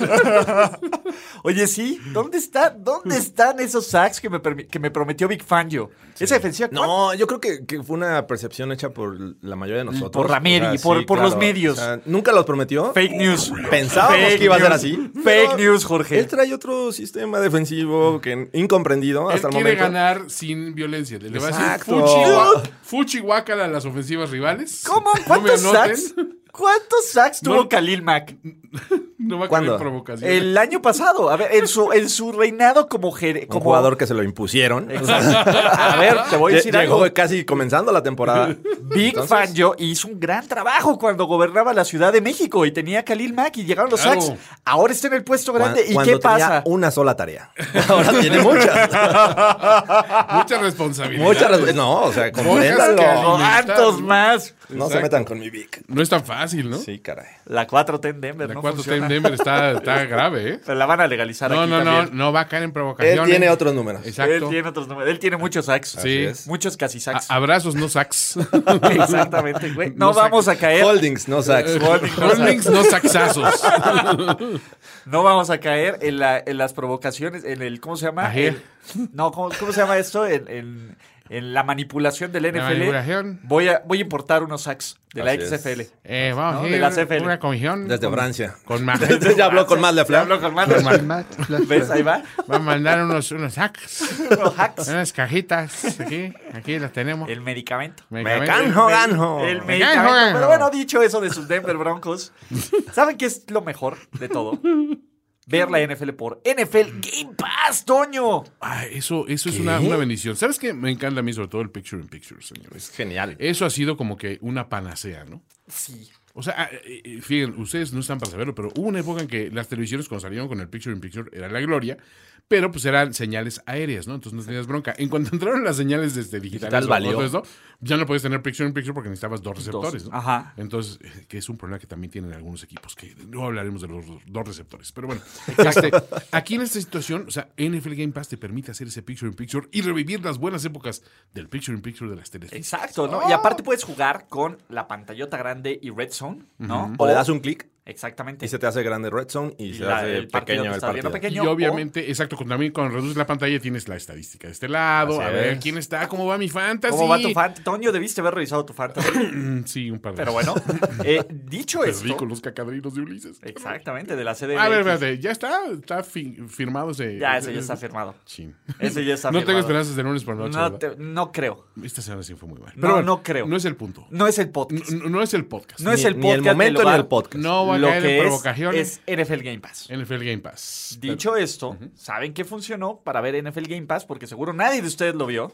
Oye, sí, ¿dónde, está, ¿dónde están esos sacks que me, permi- que me prometió Big Fangio? Esa defensiva, ¿cuánto?
No, yo creo que, que fue una percepción hecha por la mayoría de nosotros.
Por la media,
media,
por- por los medios.
Nunca los prometió.
Fake news.
Pensábamos
Fake
que iba a ser
news.
así.
Fake
pero
news, Jorge.
Él trae otro sistema defensivo que incomprendido
Él
hasta el
quiere
momento.
ganar sin violencia. Le va a decir
Exacto.
fuchi, gua- fuchi guácala a las ofensivas rivales.
¿Cómo?
No me
¿Cuántos
anoten.
sacks? ¿Cuántos sacks tuvo
No.
Khalil Mack?
No va a
¿Cuándo?
querer provocación.
El año pasado. A ver, en su, en su reinado como, ger-
Un
como
jugador que se lo impusieron.
A ver, te voy a
Lle-
decir
Llegó
algo.
casi comenzando la temporada.
Big
Entonces-
Fangio hizo un gran trabajo cuando gobernaba la Ciudad de México y tenía a Khalil Mack y llegaron los
Claro.
sacks. Ahora está en el puesto
Cuan-
grande. ¿Y
cuando
qué pasa?
Tenía una sola tarea. Ahora tiene muchas.
Mucha responsabilidad.
muchas. res- No, o sea,
Pocas
compréndalo.
que-
¡Cuántos más!
No se metan con mi Vic.
No es tan fácil, ¿no?
Sí, caray.
La 4T en Denver,
La
¿no?
4
funciona.
en Denver está, está grave, ¿eh?
Pero La van a legalizar
No,
aquí
no, no,
también.
no va a caer en provocaciones.
Él tiene otros números.
Exacto.
Él tiene otros números. Él tiene muchos sacks.
Sí.
es.
Muchos casi
A-
sacks.
abrazos, no sacks.
Exactamente, güey. No, vamos a caer.
Holdings, no sacks.
Holdings, no saxazos.
No vamos a caer en, la, en las provocaciones, en el, ¿cómo se llama?
Ajé.
El- no, ¿cómo, cómo se llama esto? En, en- en la manipulación del NFL.
manipulación.
Voy a, voy a importar unos sacks de la
Así es.
XFL.
Eh, vamos
No,
a
de
ir
la CFL.
una comisión.
Desde
con-
Francia.
Con más.
Entonces ya habló con más de
Te hablo con Manu.
Matt Lafleur.
¿Ves? Ahí va.
Va a mandar unos, unos sacks.
Unos hacks.
¿Eh?
unas cajitas. Aquí, aquí las tenemos.
El medicamento.
Me
Medicamento.
canjo, ganjo.
El
Me cae,
medicamento.
joven.
Pero bueno, dicho eso de sus Denver Broncos, ¿saben qué es lo mejor de todo? Ver la NFL por NFL Game Pass, Toño.
Ah, eso eso es una, una bendición. ¿Sabes qué? Me encanta a mí sobre todo el Picture in Picture, señores.
Genial.
Eso ha sido como que una panacea, ¿no?
Sí.
O sea, ah, eh, eh, fíjense, ustedes no están para saberlo, pero hubo una época en que las televisiones cuando salieron con el Picture in Picture era la gloria, pero pues eran señales aéreas, ¿no? Entonces no tenías bronca. En cuanto entraron las señales desde digitales
Digital
o
valió.
todo eso, ya no podías tener Picture in Picture porque necesitabas dos receptores, ¿no?
Ajá.
Entonces, eh, que es un problema que también tienen algunos equipos, que no hablaremos de los dos receptores. Pero bueno, este, aquí en esta situación, o sea, NFL Game Pass te permite hacer ese Picture in Picture y revivir las buenas épocas del Picture in Picture de las televisiones.
Exacto, ¿no? Y aparte puedes jugar con la pantallota grande y Red Zone, ¿no?
O le das un clic
Exactamente.
y se te hace grande Red Zone y,
Y
se
oh. la-
hace
el partido
pequeño
que
el
estás viendo
partido.
Y
pequeño, o-
obviamente, exacto, con- también cuando reduces la pantalla tienes la estadística de este lado,
Así
a ver
es.
quién está, cómo va mi fantasy.
¿Cómo va tu fantasy? Toño, debiste haber revisado tu fantasy.
Mm, Sí, un par de
Pero
veces.
bueno, eh, dicho esto.
Ridículos cacadrilos de Ulises.
Exactamente, de la CDMX.
A ver, espérate, ya está, está fi- firmado ese.
Ya, ese ya está firmado.
Chin.
Ese ya está
No tengo
firmado.
esperanzas de lunes por la noche.
No,
¿verdad?
te- no creo.
Esta semana sí fue muy mal.
No,
Pero bueno,
no creo.
No es el punto.
No es el podcast.
N- No es el podcast.
No es el
Ni
podcast.
el momento ni
del hogar.
el podcast.
No va a
Lo
caer en
que
provocaciones.
es, es NFL Game Pass.
NFL Game Pass.
Dicho esto, ¿saben qué funcionó para ver NFL Game Pass? Porque seguro nadie de ustedes lo vio.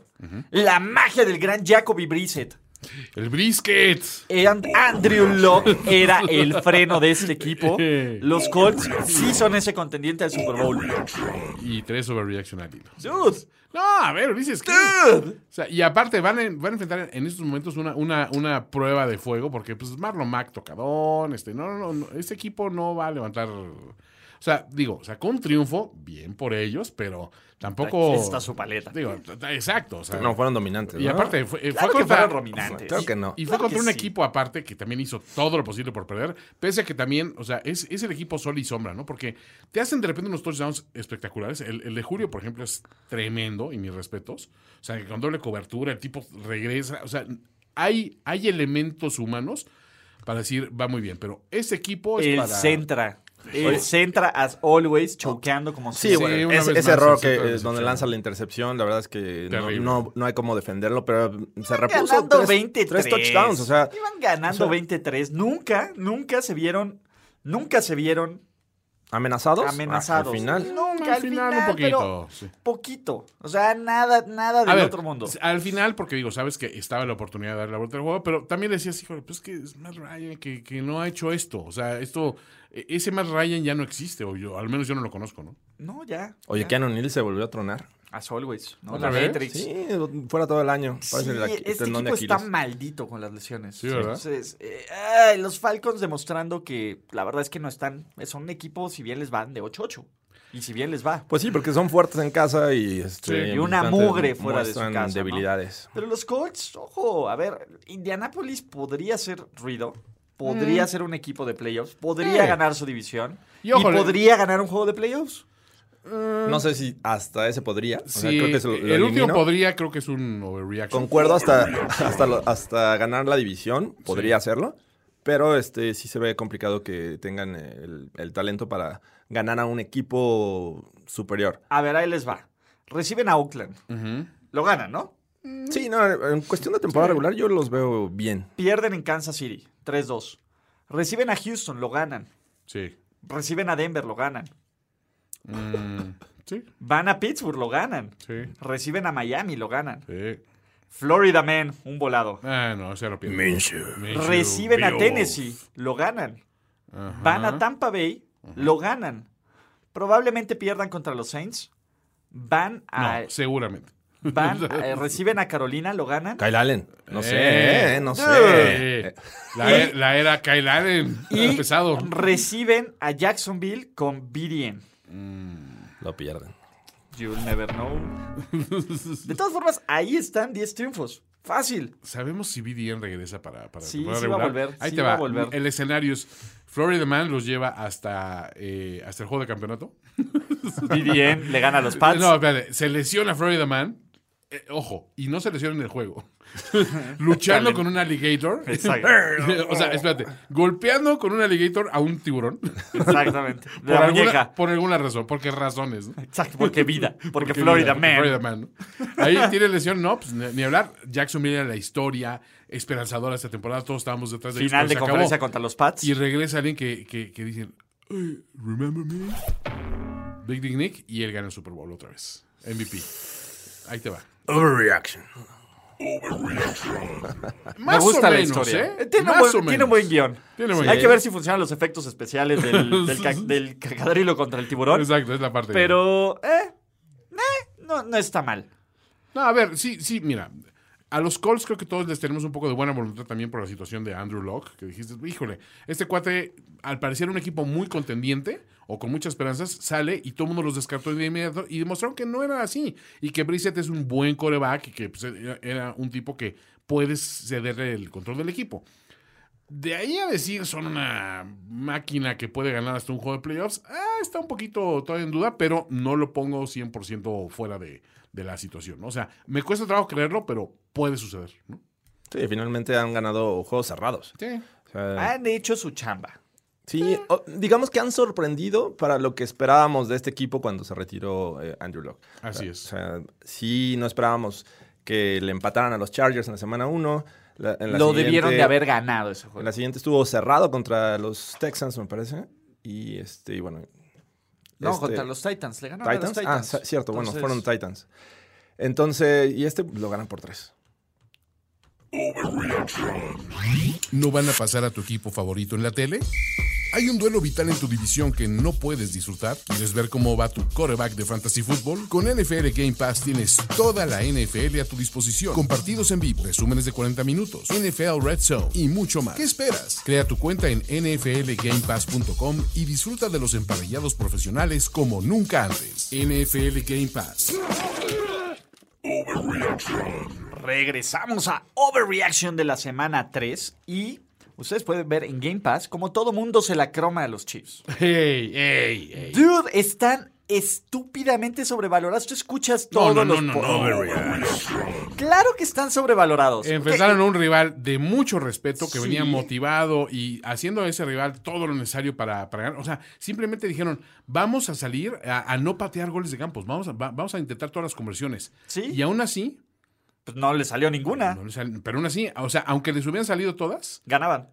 La magia del gran Jacoby Brissett.
El brisket.
And- Andrew Locke era el freno de este equipo. Los Colts sí son ese contendiente al Super Bowl.
Y tres overreaction al hilo.
Dude,
No, a ver, Ulises, ¿qué? O sea, y aparte, van, en- van a enfrentar en estos momentos una, una, una prueba de fuego, porque pues Marlon Mack tocadón, este, no, no, no, este equipo no va a levantar. O sea, digo, sacó un triunfo, bien por ellos, pero tampoco.
Aquí está su paleta.
Digo, t- t- exacto. O sea,
No, fueron dominantes.
y
¿no?
aparte, fue, eh,
Claro
fue
que
contra.
fueron dominantes.
Claro que no.
Y fue
Claro que
contra un
sí.
equipo aparte que también hizo todo lo posible por perder, pese a que también, o sea, es, es el equipo sol y sombra, ¿no? Porque te hacen de repente unos touchdowns espectaculares. El, el de Julio, por ejemplo, es tremendo, y mis respetos. O sea, que con doble cobertura, el tipo regresa. O sea, hay, hay elementos humanos para decir, va muy bien, pero este equipo es
El
para...
Centra. El Centra, as always, choqueando como
Sí,
siempre.
bueno,
una
ese,
vez
ese
más,
error
sí, sí,
que
fue
eh, donde
decepción.
lanza la intercepción, la verdad es que no,
Terrible.
no, no hay cómo defenderlo, pero mm, se repuso.
ganando
tres-
23.
Tres touchdowns, o sea,
Iban ganando
o sea-
23. Nunca, nunca se vieron. Nunca se vieron
amenazados.
amenazados.
Al final.
Nunca,
Al final, un poquito.
pero
sí.
poquito. O sea, nada, nada
A
del
ver,
otro mundo.
Al final, porque digo, sabes que estaba la oportunidad de darle la vuelta al juego, pero también decías, híjole, pues que es Matt Ryan que, que no ha hecho esto. O sea, esto, e- ese Matt Ryan ya no existe, o yo, al menos yo no lo conozco, ¿no?
No, ya.
Oye, Keanu Neal se volvió a tronar.
As always, ¿no?
¿Otra
La
vez?
Matrix.
¿Eh? Sí, fuera todo el año. Parece
Sí,
el, aqu-
este
tendón de
equipo está
Aquiles.
maldito con las lesiones.
Sí, ¿verdad?
Entonces, eh, ay, los Falcons demostrando que la verdad es que no están, son un equipo, si bien les van, de 8-8. Y si bien les va.
Pues sí, porque son fuertes en casa y, este,
Sí, y una
bastante
mugre fuera de su
muestran
casa, ¿no?
debilidades.
Pero los Colts, ojo, a ver, Indianapolis podría ser ruido, podría ser un equipo de playoffs, podría
Mm. Sí.
ganar su división
Y
y,
ojo, le-
podría ganar un juego de playoffs. Ah.
No sé si hasta ese podría. O sea,
Sí,
creo que se lo- eh, lo
el último
elimino.
podría, creo que es un overreaction.
Concuerdo hasta, hasta, lo- hasta ganar la división, podría hacerlo. Pero este sí se ve complicado que tengan el, el talento para ganar a un equipo superior.
A ver, ahí les va. Reciben a Oakland. Lo ganan, ¿no?
Sí, no, en cuestión de temporada regular yo los veo bien.
Pierden en Kansas City, 3-2. Reciben a Houston, lo ganan.
Sí.
Reciben a Denver, lo ganan.
Mm, sí,
Van a Pittsburgh, lo ganan.
sí,
Reciben a Miami, lo ganan.
sí.
Florida Man, un volado.
Ah, no, se lo pierdo. Minshew,
Reciben a
Bill.
Tennessee, lo ganan.
Ajá.
Van a Tampa Bay, lo ganan. Probablemente pierdan contra los Saints. Van a.
No, seguramente.
van a- eh, reciben a Carolina, lo ganan.
Kyle Allen. No
Eh,
sé, eh, no
sí.
sé.
La, e- la era Kyle Allen.
Y
ha pesado.
reciben a Jacksonville con BDN.
Lo pierden.
You'll never know. De todas formas, ahí están 10 triunfos. Fácil.
Sabemos si BDN regresa para, para
Sí,
temporada
sí va a
regular?
volver,
Ahí
sí
te
va
va.
a volver.
El escenario es Florida Man los lleva hasta, eh, hasta el juego de campeonato.
BDN le gana a los Pats.
No, espérate. Se lesiona Florida Man. Eh, ojo, y no se lesiona en el juego. Luchando con un alligator.
Exacto.
o sea, espérate. Golpeando con un alligator a un tiburón.
Exactamente. De
Por
la
alguna,
muñeca.
por alguna razón. Porque razones. ¿no?
Exacto, porque vida. Porque,
Porque
Florida
mira,
Man.
Florida Man, ¿no? Ahí tiene lesión, no, pues ni, ni hablar. Jackson mira la historia esperanzadora esta temporada. Todos estábamos detrás de ellos,
Final de
pero Pues se
conferencia
acabó.
contra los Pats.
Y regresa alguien que, que, que dicen, "Hey, remember me, Big Dick Nick, y él gana el Super Bowl otra vez. MVP. Ahí te va.
Overreaction.
Más
Me gusta
o
la
menos,
historia.
¿eh?
Tiene, un
Más
buen,
o menos.
tiene un buen guión.
Tiene buen
Hay
guión.
que ver si funcionan los efectos especiales del, del, ca- del cacadrilo contra el tiburón.
Exacto, es la parte.
Pero, eh, eh, no, no está mal.
No, a ver, sí, sí, mira. A los Colts creo que todos les tenemos un poco de buena voluntad también por la situación de Andrew Locke, que dijiste, híjole, este cuate, al parecer un equipo muy contendiente o con muchas esperanzas, sale y todo el mundo los descartó de inmediato y demostraron que no era así y que Brissett es un buen coreback y que pues, era- era un tipo que puedes cederle el control del equipo. De ahí a decir son una máquina que puede ganar hasta un juego de playoffs, ah, está un poquito todavía en duda, pero no lo pongo 100% fuera de, de la situación. ¿no? O sea, me cuesta trabajo creerlo, pero puede suceder. ¿no?
Sí, finalmente han ganado juegos cerrados.
Sí.
O sea,
Han hecho su chamba.
Sí, o- digamos que han sorprendido para lo que esperábamos de este equipo cuando se retiró eh, Andrew Locke.
Así
O
es.
sea, sí, no esperábamos que le empataran a los Chargers en la semana 1.
Lo debieron de haber ganado ese
En
juego.
la siguiente estuvo cerrado contra los Texans, me parece. Y este, y bueno.
No,
este-
contra los Titans. Le ganaron
Titans.
a
Ah,
los Titans.
sa- cierto, bueno,
Entonces,
fueron Titans. Entonces, y este lo ganan por tres.
¿No van a pasar a tu equipo favorito en la tele? ¿Hay un duelo vital en tu división que no puedes disfrutar? ¿Quieres ver cómo va tu coreback de fantasy fútbol? Con NFL Game Pass tienes toda la NFL a tu disposición, con partidos en vivo, resúmenes de 40 minutos, NFL Red Zone y mucho más. ¿Qué esperas? Crea tu cuenta en nflgamepass.com y disfruta de los emparrillados profesionales como nunca antes. NFL Game Pass.
Regresamos a Overreaction de la semana 3 y ustedes pueden ver en Game Pass como todo mundo se la croma a los Chiefs.
Ey, ey, ey.
Dude, están estúpidamente sobrevalorados. Tú escuchas
No,
todos
no, no,
los
no,
po-
no.
Claro que están sobrevalorados.
Enfrentaron a un rival de mucho respeto que
Sí.
venía motivado y haciendo a ese rival todo lo necesario para, para ganar. O sea, simplemente dijeron, vamos a salir a, a no patear goles de campos, vamos a, va- vamos a intentar todas las conversiones.
Sí.
Y aún así,
Pues no le salió ninguna.
no les sal- pero aún así, o sea, aunque les hubieran salido todas,
Ganaban.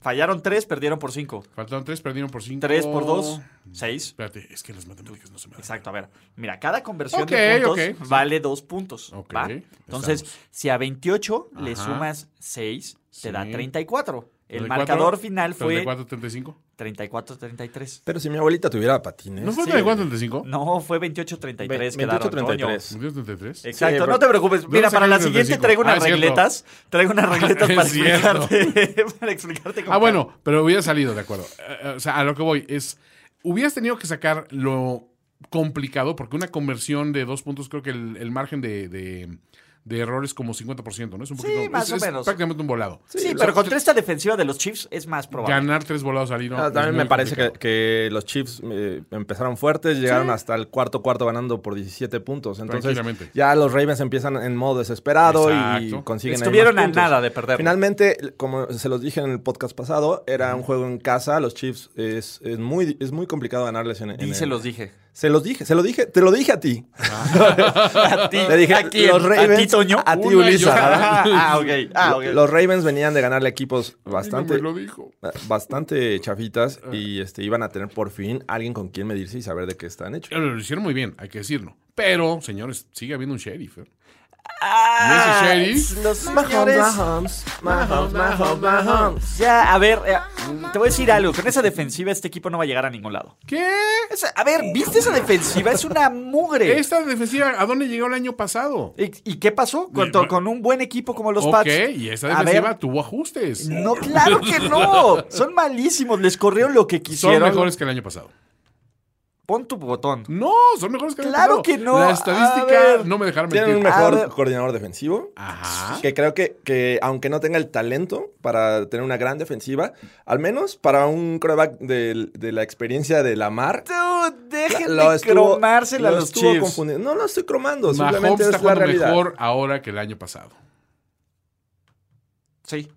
Fallaron 3, perdieron por 5.
faltaron tres, perdieron por cinco.
3 por
Oh.
2, 6.
Espérate, es que las matemáticas no se me dan.
Exacto, a ver. Mira, cada conversión
Ok,
de puntos
ok.
vale 2 puntos.
Ok,
¿va? Entonces,
estamos.
si a 28 le
Ajá.
sumas 6, te da
Sí.
34.
¿El
El
de
marcador
cuatro?
final
¿Pero el de
fue
4.35?
34-33.
Pero si mi abuelita tuviera patines.
¿No fue
Sí.
el de 4.35?
No, fue 28-33 quedaron,
28-33.
Toño.
33.
Exacto,
Sí, pero-
no te preocupes. Mira,
saqué
para la
el
siguiente
35?
traigo unas
Ah, es cierto.
regletas. Traigo unas regletas para
Es cierto.
explicarte. para explicarte cómo-
Ah, bueno, pero hubiera salido, de acuerdo. Eh, eh, O sea, a lo que voy es, hubieras tenido que sacar lo complicado, porque una conversión de dos puntos, creo que el, el margen de, de, de error es como 50%, ¿no? Es un
Sí,
poquito.
más
es-
o
es
menos.
prácticamente un volado.
Sí, pero contra esta defensiva de los Chiefs es más probable.
Ganar tres volados al hilo.
Ah,
es
también
muy
me parece que,
complicado.
que los Chiefs eh, empezaron fuertes, llegaron hasta el cuarto cuarto ganando por 17 puntos. Entonces
Tranquilamente.
ya los Ravens empiezan en modo desesperado y
Exacto.
consiguen ahí más
Estuvieron a
puntos.
nada de perder.
Finalmente, como se los dije en el podcast pasado, era un juego en casa. Los Chiefs es, es muy, es muy complicado ganarles en, en
Y
el-
se los dije.
Se los dije, se lo dije, te lo dije a ti.
A ti,
Te dije,
¿a quién?
los Ravens,
¿A ti, Toño?
a ti,
Una y
Ulises.
otra.
Ah, ok. Ah, ok.
Los Ravens venían de ganarle equipos
Y
bastante,
No me lo dijo.
bastante chafitas y
Ah.
este, iban a tener por fin alguien con quien medirse y saber de qué están hechos.
Pero lo hicieron muy bien, hay que decirlo. Pero, señores, sigue habiendo un sheriff. ¿eh?
Ah,
¿Y ese sheriff?
Los señores. Ya, a ver, eh, te voy a decir algo. Con esa defensiva, este equipo no va a llegar a ningún lado.
¿Qué?
Esa- a ver, ¿viste esa defensiva? Es una mugre.
Esta defensiva, ¿a dónde llegó el año pasado?
¿Y, y qué pasó? Con,
Bueno.
con un buen equipo como los
ok,
Pats.
y esta
A ver,
defensiva tuvo ajustes.
No, claro que no. Son malísimos. Les corrieron lo que
Son
quisieron.
mejores que el año pasado.
Pon tu botón.
No, son mejores que el año
Claro
pasado.
que no.
La
A
estadística
ver.
no me dejaron
Tienen un
mentir.
A
mejor
ver.
coordinador defensivo.
Ajá.
Que creo que, que aunque no tenga el talento para tener una gran defensiva, al menos para un coreback de, de la experiencia de Lamar,
Tú, dejen
lo
de
estuvo-
cromársela a
lo
los
estuvo
Chiefs.
confundiendo. No lo estoy cromando,
Mahomes
simplemente
está
es la
jugando
realidad.
mejor ahora que el año pasado.
Sí.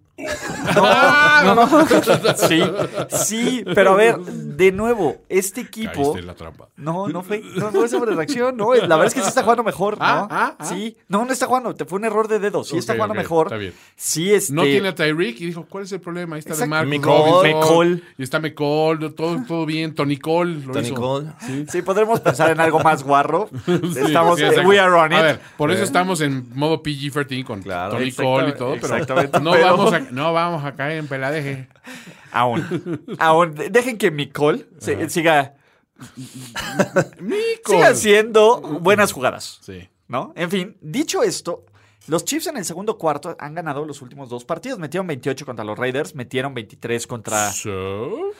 No, no, no. Sí, sí, pero a ver, de nuevo, este equipo.
Caíste en la trampa.
No, no fue, no, no es sobre reacción, no, la verdad es que sí está jugando mejor, ¿no?
Ah, ah, ah.
Sí, no, no está jugando, te fue un error de dedos, sí está
Ok,
jugando
ok,
mejor.
está bien.
Sí, este,
No tiene a Tyreek y dijo, ¿cuál es el problema? Ahí está de
Exacto.
Marcus
McCall.
Robinson.
McCall.
Y está McCall, todo, todo bien. Tony Cole lo
Tony
hizo.
Cole.
sí, podremos pensar en algo más guarro.
Sí,
Estamos,
sí,
eh,
exacto.
we are on it.
A ver, por eso estamos en modo PG-13 con
Claro.
Tony
Exactamente,
Cole y todo, pero,
exactamente,
no,
pero-
Vamos a, no vamos a caer en peladeje.
Aún, aún, dejen que mi call se- siga, siga
Cole.
haciendo buenas jugadas.
Sí.
¿no? En fin, dicho esto, los Chiefs en el segundo cuarto han ganado los últimos dos partidos. Metieron 28 contra los Raiders, metieron 23 contra...
So,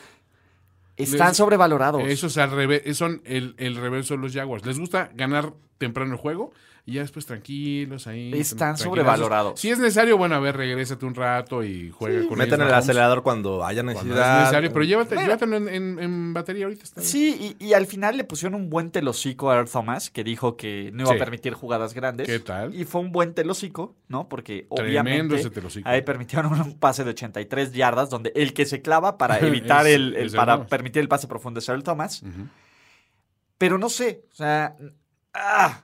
Están
les-
sobrevalorados.
eso es al revés, eh, son el, el reverso de los Jaguars. Les gusta ganar temprano el juego y ya después tranquilos ahí.
Están
tranquilazos.
sobrevalorados.
Si es necesario, bueno, a ver, regrésate un rato y juega con ellos,
Meten el
Mahomes,
acelerador cuando haya
cuando
necesidad.
es necesario, pero llévate, llévatelo en, en- en batería ahorita. Está bien.
Sí, y, y al final le pusieron un buen telocico a Earl Thomas, que dijo que no iba
Sí.
a permitir jugadas grandes.
¿Qué tal?
Y fue un buen telocico, ¿no? Porque
Tremendo
obviamente
ese telocico.
ahí permitieron un pase de 83 yardas, donde el que se clava para evitar
Es-
el, el-
es Earl
para
Thomas.
permitir el pase profundo es Earl Thomas.
Ujú.
Pero no sé, o sea, ah,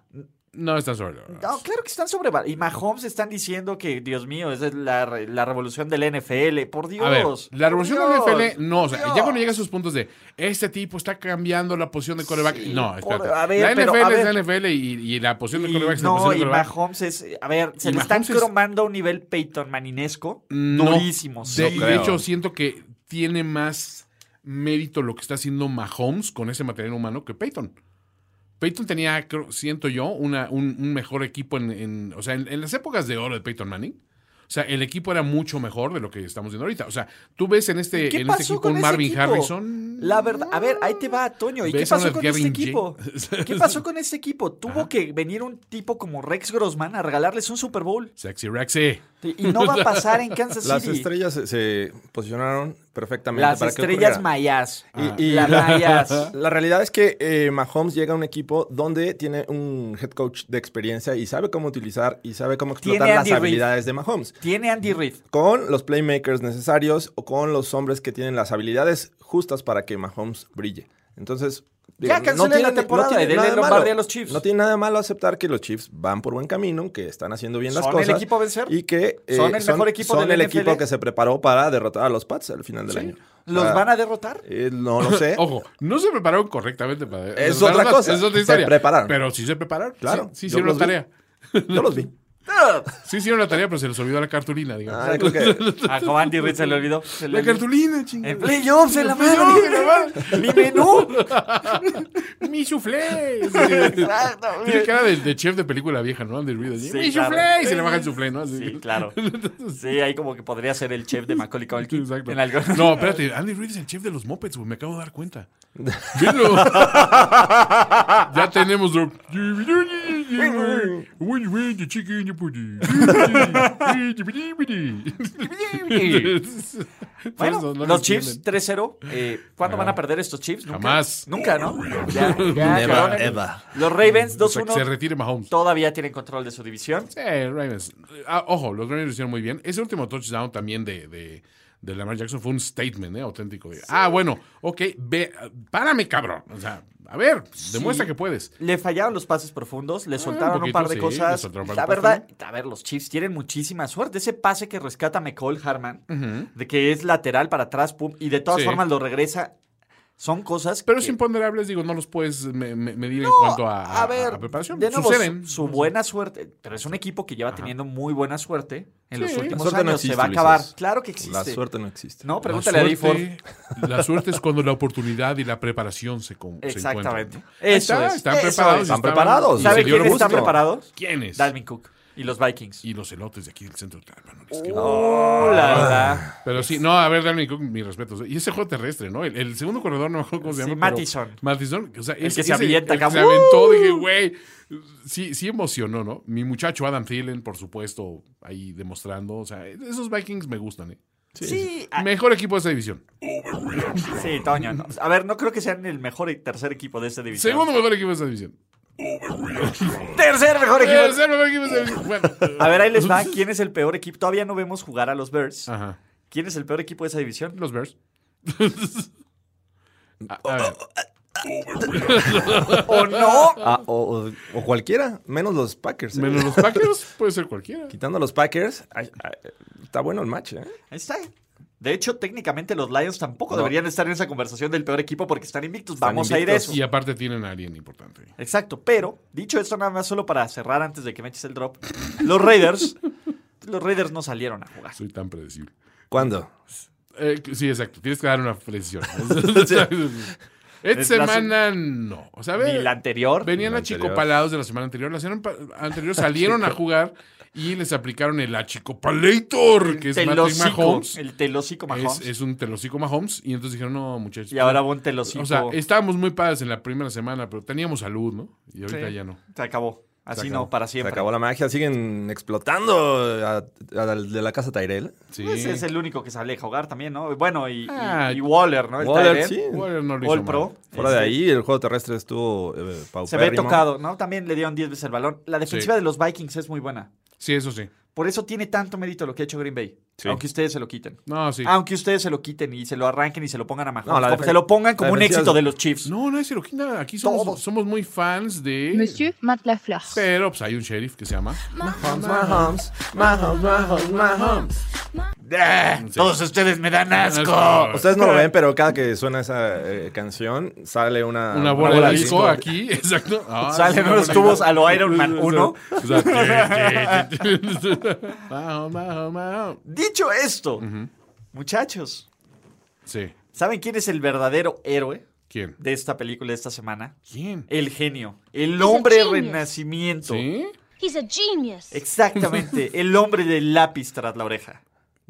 No, están sobre.
No, claro que están sobre... Y Mahomes están diciendo que, Dios mío, esa es la, re- la revolución del NFL. Por Dios.
A ver, la revolución
por
del
Dios,
NFL, no, o sea,
por
ya cuando
Dios.
llega a esos puntos de este tipo está cambiando la posición de coreback.
Sí,
no,
por-
espérate.
a ver,
la
pero,
NFL
a
es
ver.
la NFL y, y la posición de
Y
coreback es la
no,
posición
y
de coreback.
Mahomes es. A ver, se
Y
le están
Mahomes es-
cromando a un nivel Peyton Maninesco.
No.
Durísimo.
De,
sí.
y de hecho, siento que tiene más mérito lo que está haciendo Mahomes con ese material humano que Peyton. Peyton tenía, creo- siento yo, una, un, un mejor equipo en, en- o sea, en, en las épocas de oro de Peyton Manning. O sea, el equipo era mucho mejor de lo que estamos viendo ahorita. O sea, tú ves en este,
¿Qué
en
pasó
este equipo
con
un
ese
Marvin
equipo?
Harrison.
La verdad, a ver, ahí te va, Toño. ¿Y qué
¿Ves
pasó
a
con
Gavin
este equipo?
James?
¿Qué pasó con este equipo? Tuvo que venir un tipo como Rex Grossman a regalarles un Super Bowl.
Sexy Rexy.
Y no va a pasar en Kansas
Las
City.
estrellas se, se posicionaron perfectamente
Las
para
estrellas
que ocurriera.
mayas.
Ah.
Y, las mayas.
La realidad es que eh, Mahomes llega a un equipo donde tiene un head coach de experiencia y sabe cómo utilizar y sabe cómo
Tiene
explotar las
Andy Reid.
habilidades de Mahomes.
Tiene Andy Reid.
Con los playmakers necesarios o con los hombres que tienen las habilidades justas para que Mahomes brille. Entonces,
Ya cancelen la temporada y denle
nada de
Lombardi
malo.
a los Chiefs.
No tiene nada de malo aceptar que los Chiefs van por buen camino, que están haciendo bien las
Son el
cosas.
equipo a vencer.
Y que eh,
Son el mejor equipo
son
del
el
NFL.
equipo que se preparó para derrotar a los Pats al final del año.
¿Los van a derrotar?
Eh, no lo sé.
Ojo, no se prepararon correctamente para.
Es
la
otra
verdad,
cosa.
Es otra
Se
historia.
prepararon.
Pero sí se prepararon.
Claro,
Sí, sí
yo
hicieron la
los vi.
tarea.
Yo los vi.
Sí hicieron la tarea, pero se les olvidó la cartulina, digamos.
Ah, yo creo que-
A Covanti Reed se le olvidó. Se le
la
olvidó.
cartulina, chingada.
En playoffs, en la
playoffs, en la
madre. Mi menú.
¡Mi soufflé!
Exacto.
Tiene cara de, de chef de película vieja, ¿no? Andy Reid. así,
Sí,
¡Mi
claro.
soufflé! Y se le baja el soufflé, ¿no? Así.
Sí, claro. Sí, ahí como que podría ser el chef de Macaulay Culkin.
Exacto.
En algo.
No, espérate, Andy Reid es el chef de los mopeds, güey. Me acabo de dar cuenta. Velo. ya tenemos. lo-
Bueno,
Por eso no
los
los
Chiefs
tienen.
3-0. Eh, ¿Cuándo van a perder estos Chiefs? ¿Nunca?
Jamás.
Nunca, ¿no? Ya, ya,
Never,
cabrón.
ever.
Los Ravens
O sea, que se
2-1
retire Mahomes.
todavía tienen control de su división.
Eh, Ravens. Ah, ojo, los Ravens lo hicieron muy bien. Ese último touchdown también de, de, de Lamar Jackson fue un statement, ¿eh? Auténtico. de, Ah, bueno, ok, ve, párame, cabrón. O sea, a ver, demuestra que puedes.
Le fallaron los pases profundos, le soltaron un,
Ah, poquito,
par
sí,
de
le
cosas.
soltaron un par
La
de
verdad, a ver, los Chiefs tienen muchísima suerte. Ese pase que rescata McCall Harman, de que es lateral para atrás, pum, y de todas
Sí.
formas lo regresa, son cosas
Pero es
que...
imponderables, digo, no los puedes me- me- medir en cuanto a, a- a preparación.
de nuevo,
Suceden.
su- su buena suerte, pero es un equipo que lleva teniendo muy buena suerte en los
Sí.
La
últimos
suerte
años.
no
Se
existe,
va a acabar.
Ulises.
Claro que existe.
La suerte no existe.
No,
La
pregúntale a Lee Ford.
suerte- La suerte es cuando la oportunidad y la preparación se, con- se
Exactamente.
encuentran.
Eso
Ahí está,
es,
Están
eso
preparados.
es.
y
Están preparados.
y
¿Sabe
se dio el
quiénes están
gusto.
preparados?
Pues,
¿Quiénes?
Dalvin Cook y los Vikings.
Y los elotes de aquí del centro. Ah, bueno, es que-
Oh, la verdad.
Pero sí, no, a ver, Dalvin Cook, mis respetos. Y ese juego terrestre, ¿no? El, el segundo corredor, no me acuerdo cómo se
Sí,
llama.
Mattison.
pero- Mattison. O sea,
El
es-
que se
ese-
avienta
el que
acá.
se aventó,
¡Uh!
dije, güey. Sí, sí emocionó, ¿no? Mi muchacho Adam Thielen, por supuesto, ahí demostrando. O sea, esos Vikings me gustan, ¿eh?
Sí, ah,
Mejor equipo de esta división.
sí, Toño. no. A ver, no creo que sean el mejor y tercer equipo de esta división.
Segundo mejor equipo de esta división.
Tercer mejor equipo.
Tercer mejor equipo de esta división. Bueno.
A ver, ahí les va. ¿Quién es el peor equipo? Todavía no vemos jugar a los Bears.
Ajá.
¿Quién es el peor equipo de esa división?
Los Bears. A- a ver.
¿O no?
Ah, o, o- o cualquiera, menos los Packers. ¿eh?
Menos los Packers, puede ser cualquiera.
Quitando a los Packers, ay, ay, está bueno el match, ¿eh?
Ahí está. De hecho, técnicamente los Lions tampoco
No.
deberían estar en esa conversación del peor equipo porque están invictos.
Están
Vamos a ir a
invictos.
eso.
Y aparte tienen a alguien importante.
Exacto, pero dicho esto nada más solo para cerrar antes de que me eches el drop, los Raiders, los Raiders no salieron a jugar.
Soy tan predecible.
¿Cuándo?
Eh, sí, exacto. Tienes que dar una precisión. Esta
Es la
semana no. O sea, a ver,
Ni la anterior.
venían
La anterior.
achicopalados de la semana anterior. La semana pa- anterior salieron a jugar y les aplicaron el achicopalator, que es Patrick
telocico,
Mahomes.
el telocico Mahomes.
Es, es un telocico Mahomes. Y entonces dijeron, no, muchachos. pues,
y ahora va un telocico.
O sea, estábamos muy padres en la primera semana, pero teníamos salud, ¿no? Y ahorita
Sí.
ya no.
Se acabó. Así
Se
no,
acabó.
para
Se
siempre.
acabó la magia, siguen explotando a- a- al de la casa Tyrell.
Sí.
Pues Ese es el único que sale a jugar también, ¿no? Bueno, y, y-
Ah,
y Waller, ¿no? El
Waller,
tight
sí.
end,
Warrior no lo hizo
All Pro.
mal.
Fuera de
Este,
ahí, el juego terrestre estuvo eh,
Se ve
paupérrimo.
tocado, ¿no? También le dieron 10 veces el balón. La defensiva de los Vikings es muy buena.
Sí, eso sí.
Por eso tiene tanto mérito lo que ha hecho Green Bay.
Sí.
Aunque ustedes se lo quiten.
No, sí.
Aunque ustedes se lo quiten y se lo arranquen y se lo pongan a Mahomes.
No, la
como
defen-
se lo pongan como
la
un
defensiva
éxito
es-
de los Chiefs.
No, nadie se lo quita. Aquí somos,
Todos.
somos muy fans de.
Monsieur Matt Lafleur.
Pero pues hay un sheriff que se llama.
¡Ah! Todos ustedes me dan
Asco.
Ustedes no lo ven, pero cada que suena esa eh, canción sale una,
Una bola de
disco.
disco aquí, exacto. Ah, sí,
Salen
una bola
unos
de
tubos
disco.
a lo Iron Man
Exacto.
1.
Exacto. Majo, majo, majo.
Dicho esto, muchachos,
Sí.
¿saben quién es el verdadero héroe
¿Quién?
de esta película de esta semana?
¿Quién?
El genio. El hombre
genius.
renacimiento.
¿Sí?
He's a genius.
Exactamente. El hombre del lápiz tras la oreja.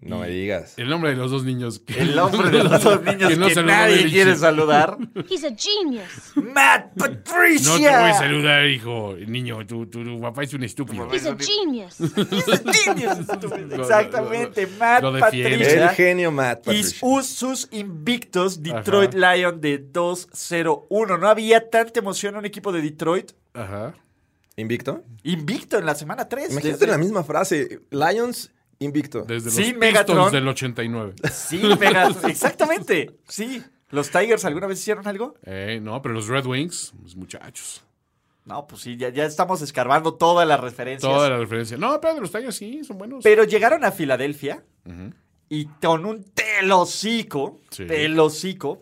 No me digas.
El nombre de los dos niños. que-
El hombre de los dos niños que,
no saludan a
nadie
Richie.
quiere saludar.
He's a genius.
Matt Patricia.
No te voy a saludar, hijo. Niño, tu, tu, tu papá es un estúpido.
He's a genius.
Lo-
Exactamente,
lo-
Matt
lo defiende.
El
Patricia
genio Matt
y
Patricia.
sus- sus invictos Detroit Lions de 2-0-1. No había tanta emoción en un equipo de Detroit
Ajá.
¿Invicto?
invicto en la semana 3.
Imagínate la misma frase. Lions, invicto.
Desde los
Sí,
Pistons
Megatron.
del 89.
Sí, Pegasus, exactamente. Sí. ¿Los Tigers alguna vez hicieron algo?
Eh, no, pero los Red Wings, los muchachos.
No, pues sí, ya, ya estamos escarbando todas las referencias.
Toda la referencia. No, pero de los Tigers sí, son buenos.
Pero llegaron a Filadelfia y con un telocico,
Sí.
telocico,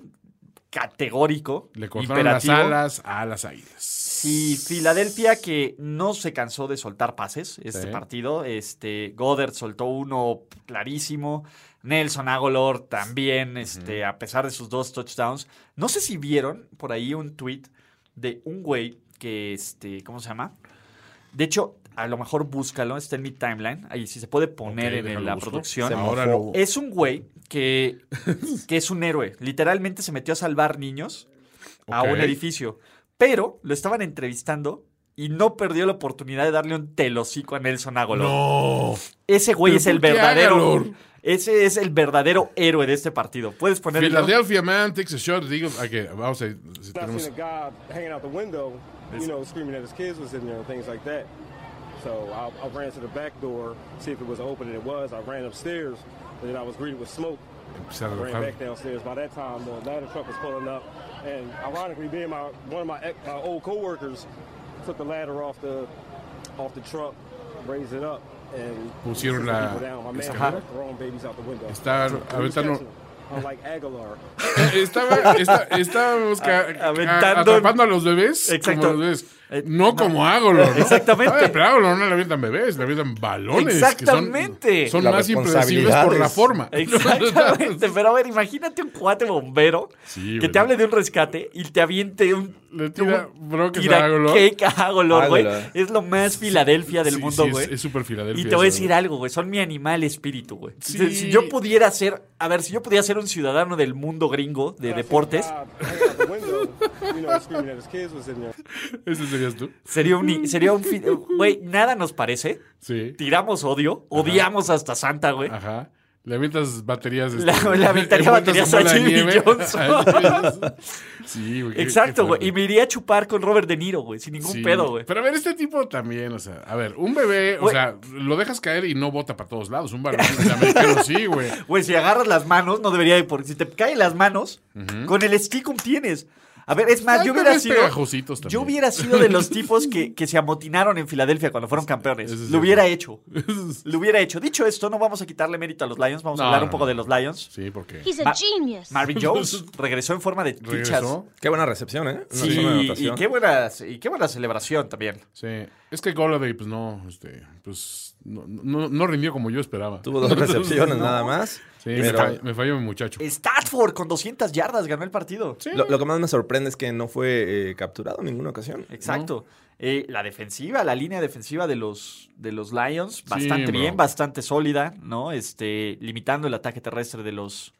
categórico,
Le cortaron
imperativo.
las alas a las águilas.
Y Filadelfia que no se cansó de soltar pases este
Sí.
partido. Este, Goddard soltó uno clarísimo. Nelson Agolor también, este, a pesar de sus dos touchdowns. No sé si vieron por ahí un tweet de un güey que, este, ¿cómo se llama? De hecho, a lo mejor búscalo, está en mi timeline. Ahí si se puede poner
Ok,
en
déjalo
la
busco. Eh,
producción.
Se
Ahora
mofó.
lo...
Es un güey que, que es un héroe. Literalmente se metió a salvar niños a
Ok.
un edificio. Pero lo estaban entrevistando y no perdió la oportunidad de darle un telocico a Nelson Agolor.
No.
Ese güey
¿Pero
es el
por qué
verdadero.
Agolor?
Ese es el verdadero héroe de este partido. Puedes poner el-
Philadelphia man takes a shot. Digo, okay, vamos a si
I
tenemos-
seen a guy hanging out the window, you know, screaming at his kids was in there and things like that. So I, I ran to the back door, see if it was open, and it was. I ran upstairs, and then I was greeted with smoke.
empezar a
I ran
enojar.
back downstairs. By that time, the ladder truck was pulling up, and ironically, being my one of my, ex, my old coworkers took the ladder off the off the truck, raised it up, and
Pusieron
took the
la
people down. My man
escalera.
was throwing babies out the window.
Está-
So, he was
aventaron-
catching them, Unlike Aguilar.
Eh, Estaba, esta- estábamos ca-
A-
ca-
aventando-
atrapando a los bebés.
Exacto.
Como los bebés.
Eh,
No, como Agolor. ¿no?
Exactamente.
Ay, pero a Agolor no le avientan bebés, le avientan balones. que son-
Exactamente.
son
La
más impredecibles por la
responsabilidades.
forma.
Exactamente, pero a ver, imagínate un cuate bombero
Sí,
que
güey.
te hable de un rescate y te aviente un
Le tira broques
tira
a Agolor.
cake a Agolor, güey.
Agolor.
Es lo más Filadelfia del
Sí,
mundo,
sí, es-
güey.
Es súper Filadelfia.
Y te voy a
eso,
decir algo, güey. Son mi animal espíritu, güey.
Sí.
Si- Si yo pudiera ser, a ver, si yo pudiera ser un ciudadano del mundo gringo de deportes,
Uh, hanging out the window, you know, screaming at his kids was in there.
güey. Ese serías tú.
sería un, i- sería un, fi- güey, nada nos parece.
Sí.
Tiramos odio, odiamos hasta Santa, güey.
Ajá. Le avientas baterías. este,
La- le aventaría
envueltas en
baterías a
bola de
Jimmy
nieve.
Johnson.
A Jimmy- sí, güey. qué-
Exacto,
qué
güey.
fuerte.
Y me iría a chupar con Robert De Niro, güey, sin ningún
Sí.
pedo, güey.
Pero a ver, este tipo también, o sea, a ver, un bebé, o
Güey.
sea, lo dejas caer y no bota para todos lados. Un varón americano sí, güey.
Güey, si agarras las manos, no debería ir, porque si te caen las manos, con el esticum tienes. A ver, es más,
Hay
yo hubiera
bebés
sido.
pegajositos también.
Yo hubiera sido de los tipos que, que se amotinaron en Filadelfia cuando fueron campeones.
Eso es cierto.
Lo hubiera hecho. Lo hubiera hecho. Dicho esto, no vamos a quitarle mérito a los Lions, vamos a
No,
hablar
no,
un poco
no.
de los Lions.
Sí, porque
He's a
Ma-
genius.
Marvin Jones regresó en forma de fichas.
regresó.
Qué buena recepción, ¿eh? Una
Sí,
zona de
y
anotación.
qué, buena, y qué buena celebración también.
Sí. Es que Golladay, pues no, este, pues no, no, no rindió como yo esperaba.
Tuvo dos recepciones nada más.
Sí, me,
pero-
falló, me falló mi muchacho.
Stafford con 200 yardas ganó el partido.
Lo, lo que más me sorprende es que no fue eh, capturado en ninguna ocasión.
Exacto. Eh, la defensiva, la línea defensiva de los, de los Lions, bastante
bro.
bien, bastante sólida, ¿no? Este, limitando el ataque terrestre de los...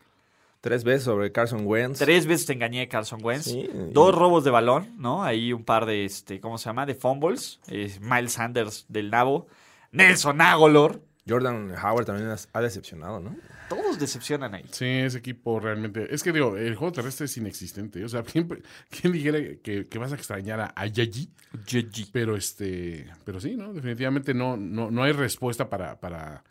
Tres veces sobre Carson Wentz.
Tres veces te engañé, Carson Wentz.
Sí.
Dos robos de balón, ¿no? Ahí un par de, este, ¿cómo se llama? De fumbles. Eh, Miles Sanders del Nabo. Nelson Agolor.
Jordan Howard también has- ha decepcionado, ¿no?
Todos decepcionan ahí.
Sí, ese equipo realmente. Es que digo, el juego terrestre es inexistente. O sea, ¿quién, quién dijera que, que vas a extrañar a, a Yayi?
GG.
Pero este, pero sí, ¿no? Definitivamente no, no, no hay respuesta para, para,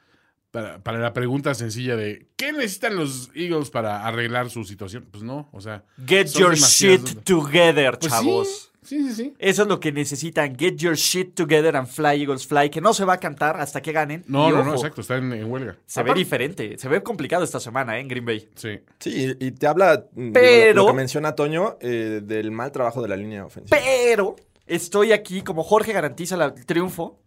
para, para la pregunta sencilla de ¿qué necesitan los Eagles para arreglar su situación? Pues no, o sea.
Get
son
your
demasiadas dudas.
shit together,
Pues
chavos.
Sí, sí, sí. sí.
Eso es lo que necesitan. Get your shit together and fly, Eagles fly. Que no se va a cantar hasta que ganen.
No,
Y
no, no,
ojo,
exacto, está en, en huelga.
Se ve
Aparte-
diferente. Se ve complicado esta semana, ¿eh? En Green Bay.
Sí.
Sí, y y te habla mm, digo, lo-
Pero-
lo que menciona Toño eh, del mal trabajo de la línea ofensiva.
Pero estoy aquí, como Jorge garantiza la- el triunfo,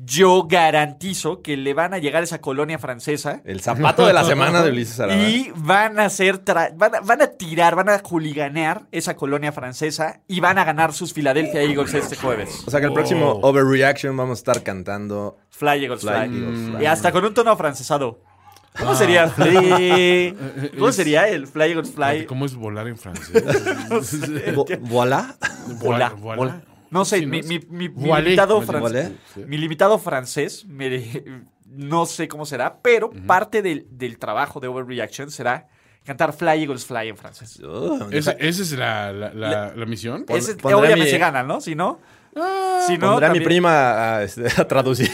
yo garantizo que le van a llegar esa colonia francesa
El zapato de la semana de Ulises Arada.
y van a hacer tra- van, a, van a tirar, van a juliganear esa colonia francesa y van a ganar sus Philadelphia Eagles este jueves.
O sea que el próximo Overreaction vamos a estar cantando
Fly Eagles
Fly,
Oh. Fly. mm,
Eagles, Fly. Ah.
Y hasta con un tono afrancesado. ¿Cómo sería Fly? ¿Cómo sería el Fly Eagles Fly?
¿Cómo es volar en francés?
Vo- voilà.
Volá,
Volar,
volá. No sé,
Sí,
mi,
es-
mi- mi- mi
Voilé.
limitado
Voilé.
francés.
Sí.
Mi limitado francés, me- no sé cómo será, pero parte del, del trabajo de Overreaction será cantar Fly Eagles Fly en francés.
Oh,
¿Ese- ¿Esa es la, la, la- la misión?
Ese-
pondré
obviamente
mi- Ah.
se gana, ¿no? Si no. si no
pondré a mi
también-
prima a, este, a traducir.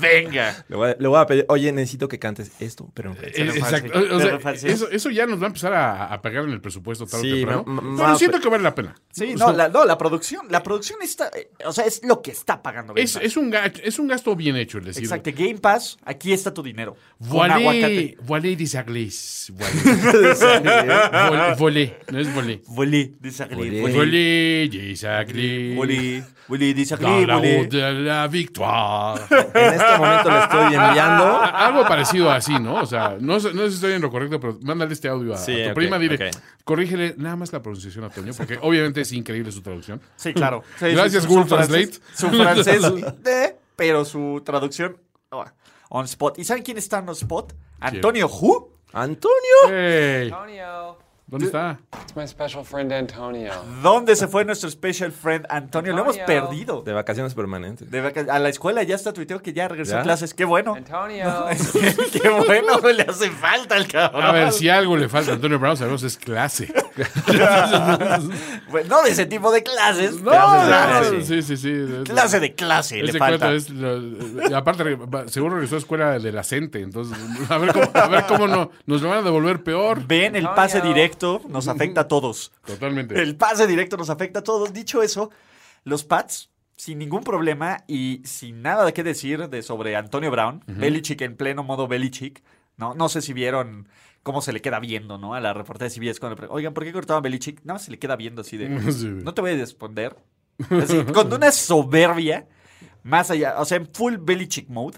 Venga.
Le voy, a, le voy a pedir, oye, necesito que cantes esto, pero en francés.
Eh,
Eh,
refalsé,
Exacto. O- o
te
sea,
refalsé.
eso, eso ya nos va a empezar a, a pegar en el presupuesto tarde
Sí,
o temprano.
ma- ma-
Pero
ma-
siento que vale la pena.
Sí, no, la, no, la producción, la producción está, eh, o sea, es lo que está pagando. Game
Es,
Pass.
es, un gasto, es un gasto bien hecho el decir.
pues, Exacto, Game Pass, aquí está tu dinero. Con
Volé,
aguacate. ¿eh?
volé des Anglais. Volé. Vol- volé, no es volé.
Volé, desagradable.
Volé.
Volé des Anglais.
Volé, volé,
Dans la
desagradable.
route de la victoire.
En este momento le estoy enviando.
A- Algo parecido así, ¿no? O sea, no, sé- no sé si estoy en lo correcto, pero mándale este audio a,
Sí,
a tu
ok,
prima. Dile,
ok.
corrígele nada más la pronunciación a Toño, porque obviamente es increíble su traducción.
Sí, claro. Sí, sí,
Gracias,
su-
Google
su francés-
Translate.
Su francés, de, pero su traducción oh, on spot. ¿Y saben quién está on spot? Antonio Who.
Antonio.
Hey,
Antonio.
¿Dónde está?
It's my special friend Antonio.
¿Dónde se fue nuestro special friend Antonio? Lo hemos
Antonio.
perdido.
De vacaciones permanentes.
De vaca- a la escuela ya está tuiteo que ya regresó a
¿Ya?
clases. Qué bueno.
Antonio.
Qué bueno, le hace falta al cabrón.
A ver, si algo le falta a Antonio Brown, sabemos es clase.
Bueno, no de ese tipo de clases.
No,
pero
no,
de Ah, clase.
no, sí, sí, sí. es-
Clase de clase
Ese
le
cuento
falta.
es lo- eh, y aparte, re- va- seguro regresó a escuela de la CENTE, entonces a ver cómo, a ver cómo no, nos lo van a devolver peor.
Ven, el pase
Antonio.
directo nos afecta a todos.
Totalmente.
El pase directo nos afecta a todos. Dicho eso, los Pats, sin ningún problema y sin nada de qué decir de sobre Antonio Brown, Belichick en pleno modo Belichick, ¿no? No sé si vieron cómo se le queda viendo, ¿no? A la reportera de CBS cuando le preguntan, oigan, ¿por qué cortaban Belichick? Nada más se le queda viendo así de, "Pues,
Sí.
no te voy a responder. Así, con una soberbia, más allá, o sea, en full Belichick mode.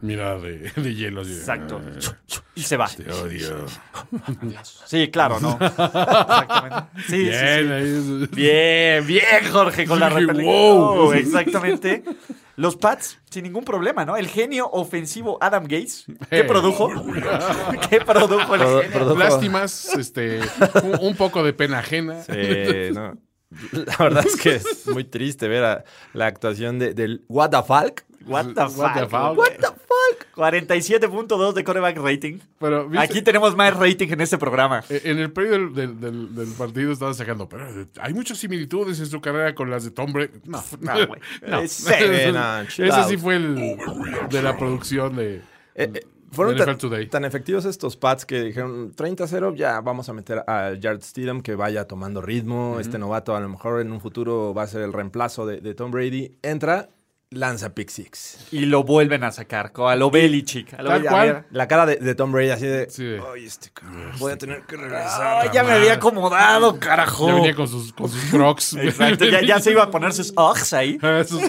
Mira, de, de hielo. así de,
Exacto.
"Ah,
Y se va.
Te odio.
Sí, claro, ¿no? Exactamente. Sí, sí, sí.
Bien, ahí es-
Bien, bien, Jorge, con la
Dije,
retórica.
wow.
No, exactamente. Los Pats, sin ningún problema, ¿no? El genio ofensivo Adam Gates. ¿Qué
Hey.
produjo? ¿Qué produjo el
Produ-
genio?
produjo-
Lástimas, este, un, un poco de pena ajena.
Eh, no. La verdad es que es muy triste ver a la actuación de, del What the Falk.
What the fuck.
What the fuck.
What the fuck. 47.2 de coreback rating.
Pero, ¿viste?
Aquí tenemos más rating en este programa.
Eh, En el periodo del, del- del- del partido estaba sacando, pero eh, hay muchas similitudes en su carrera con las de Tom Brady. No,
No, güey.
no.
Eh, cero.
Eh, no, chill
Ese
out.
sí fue el de la producción de.
Eh, eh, fueron
NFL
tan,
Today.
tan efectivos estos pads que dijeron 30-0, ya vamos a meter a Jared Stidham que vaya tomando ritmo. Este novato a lo mejor en un futuro va a ser el reemplazo de, de Tom Brady. Entra, lanza pick six.
Y lo vuelven a sacar. co- A lo Belichick. A lo
Tal
Bel- a
cual.
ver.
La cara de, de Tom Brady así de...
Sí, de-
"Ay, este cabrón, voy a tener que regresar.
Ay, ya me había acomodado, carajo.
Ya venía con sus, con sus crocs.
Oh. Exacto, ya, ya se iba a poner sus Uggs ahí.
Sus-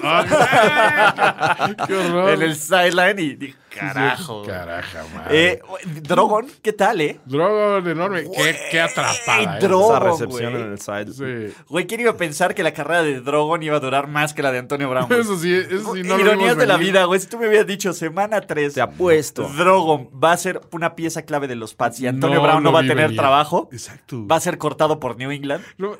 ¡Ah! ¡Qué horror!
en el sideline y dije, carajo.
Caraja, madre.
Eh, Drogon, ¿qué tal, eh?
Drogon enorme. Qué, qué atrapada.
Ey,
eh.
Drogon.
Esa
Todo,
recepción
güey.
en el side.
Sí.
Güey, ¿quién iba a pensar que la carrera de Drogon iba a durar más que la de Antonio Brown? güey?
Eso sí, eso sí. No lo
Ironías
vimos
de la
venir.
vida, güey. Si tú me hubieras dicho semana 3,
Te apuesto.
Drogon va a ser una pieza clave de los Pats y Antonio
No
Brown no
lo
va a
vi
tener
venir.
trabajo,
Exacto.
va a ser cortado por New England.
No,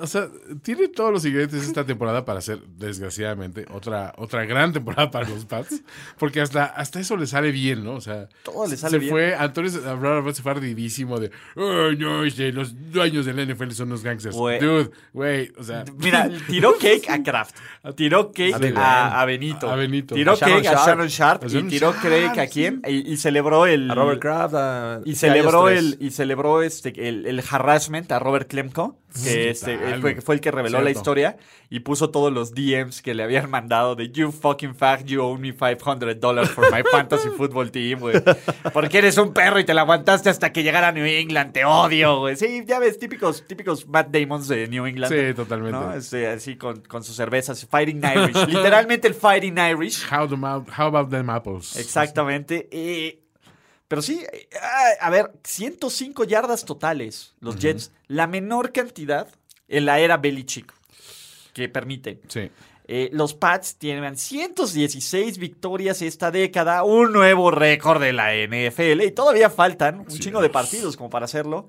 o sea, tiene todos los ingredientes esta temporada para hacer, desgraciadamente, otra, otra gran temporada para los Pats. Porque hasta, hasta eso le sale bien, ¿no? O sea,
Todo le
se-
sale
se
bien.
fue, Antonio se- hablaba- se fue ardidísimo de, "Ay, no, este, los dueños del NFL son los gangsters.
Güey.
Dude, güey, o sea,
Mira, tiró cake a Kraft, tiró cake
Sí.
a, a Benito,
A Benito.
tiró
A Shannon
cake a
Sharp.
Shannon Sharp
A
y
Shannon
tiró
Sharp,
cake a
sí.
quién y, y celebró el
A Robert Kraft. a-
Y
sí, a ellos
celebró
tres.
el, y celebró este el, el harassment a Robert Klemko, que este,
tal,
él fue, que fue el que reveló la
Cierto.
historia y puso todos los DMs que le habían mandado de You fucking fuck, you owe me 500 dollars for my fantasy football team, güey. Porque eres un perro y te la aguantaste hasta que llegara a New England, te odio, güey. Sí, ya ves, típicos, típicos Matt Damons de New England.
sí, totalmente.
¿no? Este, así con, con sus cervezas, Fighting Irish. Literalmente el Fighting Irish.
How, the mou- how about them apples?
Exactamente. eh, pero sí, eh, ah, a ver, 105 yardas totales los Jets. La menor cantidad en la era Belichick que permiten.
Sí.
Eh, los Pats tienen 116 victorias esta década, un nuevo récord de la NFL y todavía faltan un chingo de partidos como para hacerlo.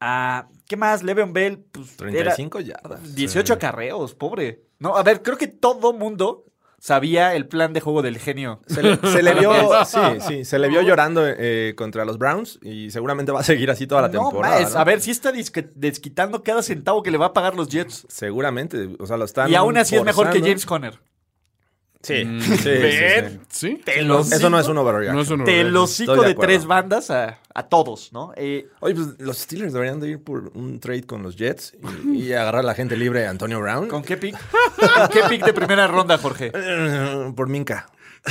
Ah, ¿Qué más? Le'Veon Bell, pues, era-
35 yardas.
18 acarreos, pobre. No, a ver, creo que todo mundo sabía el plan de juego del genio.
Se le, se le vio, sí, sí, se le vio llorando eh, contra los Browns y seguramente va a seguir así toda la
No,
temporada.
maes,
¿no?
a ver, si está disque- desquitando cada centavo que le va a pagar los Jets.
Seguramente, o sea, lo están.
y aún así es mejor que
forzando.
James Conner.
Sí, sí, sí, sí.
¿Sí?
Eso no es un overreaction.
No es un
Te
overreaction.
lo
Estoy de
de,
acuerdo.
tres bandas a, a todos, ¿no? Eh,
Oye, pues los Steelers deberían de ir por un trade con los Jets y, y agarrar a la gente libre a Antonio Brown
¿Con qué pick? ¿Con qué pick de primera ronda, Jorge?
Eh, por Minca.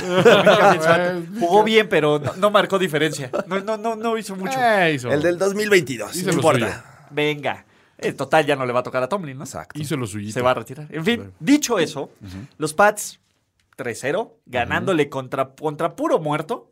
Jugó bien, pero no, no marcó diferencia. No, no, no, no hizo mucho.
Eh, hizo,
El del 2022,
hizo
no
lo
importa.
Venga. En total ya no le va a tocar a Tomlin, ¿no?
Exacto.
suyo. Hizo lo suyito.
Se va a retirar. En fin, dicho eso, los Pats 3-0, ganándole contra, contra puro muerto.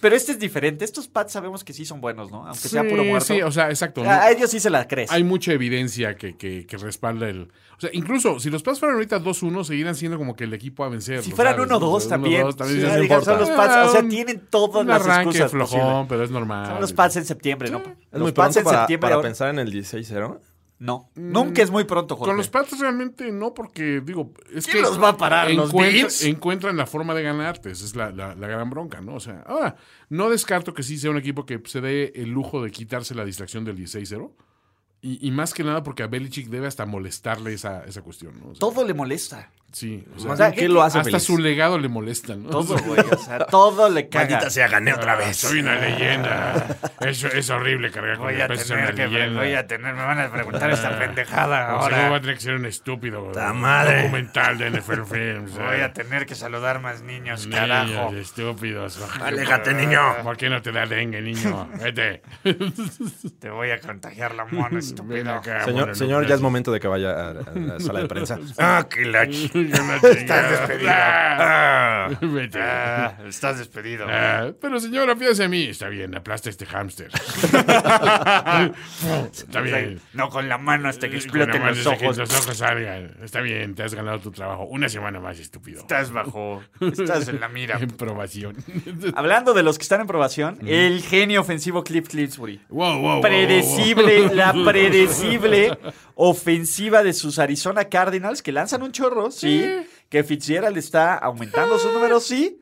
Pero este es diferente. Estos Pats sabemos que sí son buenos, ¿no? Aunque sea puro
Sí,
muerto. Ah,
Sí, o sea, exacto. ¿no?
a, a ellos sí se la crees.
Hay mucha evidencia que, que, que respalda el. O sea, incluso si los Pats fueran ahorita 2-1, seguirían siendo como que el equipo a vencer.
Si
¿no
fueran
sabes?
1-2
Uno,
también.
dos, también
sí,
dices,
no
"Ah,
digan, son
importa".
los Pats. O sea,
un-
tienen todas
un
las
arranque
excusas
flojón,
posibles.
pero es normal.
Son los Pats en septiembre, ¿no?
Es
Los
muy
Pats
pronto
en
para,
septiembre.
para
ahora-
pensar en el 16-0.
No, nunca es muy pronto, Jorge.
Mm. Con los Pats realmente no, porque digo, es
¿Quién
que
los va a parar, los Bills?
encuentran la forma de ganarte, esa es la, la- la gran bronca, ¿no? O sea, ahora, no descarto que sí sea un equipo que se dé el lujo de quitarse la distracción del 16-0. Y, y más que nada porque a Belichick debe hasta molestarle esa, esa cuestión, ¿no? O sea,
Todo le molesta.
Sí. o sea,
Más
sea,
bien, ¿qué lo hace
hasta
feliz?
su legado le molesta, ¿no?
Todo, güey. O sea, todo le caga.
Maldita sea, gané otra
Ah,
vez.
Soy una leyenda. es, es horrible cargar con el peso de una leyenda.
tener, me van a preguntar esta pendejada
O sea, luego va a tener que ser un estúpido
¡Ta madre!
documental de NFL Films. ¿eh?
tener que saludar más niños,
Niños estúpidos. Ah,
Aléjate, niño.
¿Por qué no te da dengue, niño? Vete.
Te voy a contagiar la mona,
Ven acá,
Señor,
mono,
señor,
no
ya es momento de que vaya a, a la sala de prensa.
Ah, que la
seas-
Estás despedido.
Ah, Vete.
estás despedido.
Ah, pero señor, fíjese a mí. Está bien, aplasta este hámster. Está bien. Eh,
No con la mano hasta que
Nada
exploten
más es
los
que
ojos.
los ojos salgan. Está bien, te has ganado tu trabajo. Una semana más, estúpido.
Estás bajo. Estás en la mira.
En probación.
Hablando de los que están en probación, el genio ofensivo Cliff Clipsbury.
Wow, wow, wow,
predecible,
wow, wow.
la predecible ofensiva de sus Arizona Cardinals, que lanzan un chorro, sí, que Fitzgerald está aumentando sus números, sí,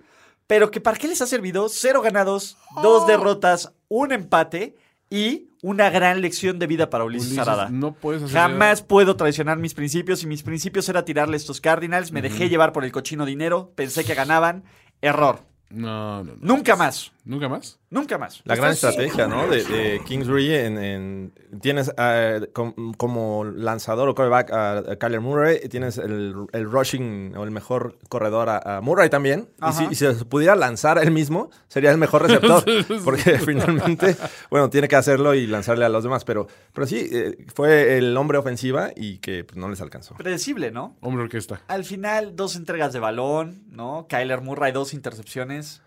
pero que para qué les ha servido cero ganados, dos derrotas, un empate y una gran lección de vida para Ulises,
Ulises,
Arada.
no puedes hacer
Jamás puedo traicionar mis principios y mis principios era tirarle a estos Cardinals, me dejé llevar por el cochino dinero, pensé que ganaban, error.
No, no, no.
Nunca más,
¿Nunca más?
nunca más.
La gran estrategia, ¿no? De, de Kingsbury en, en- tienes eh, com- como lanzador o quarterback a, a Kyler Murray, y tienes el, el rushing o el mejor corredor a, a Murray también. Y si, y si se pudiera lanzar él mismo, sería el mejor receptor. porque finalmente, bueno, tiene que hacerlo y lanzarle a los demás. Pero, pero sí, eh, fue el hombre ofensiva y que pues, no les alcanzó.
Predecible, ¿no?
Hombre orquesta.
Al final, dos entregas de balón, ¿no? Kyler Murray, dos intercepciones.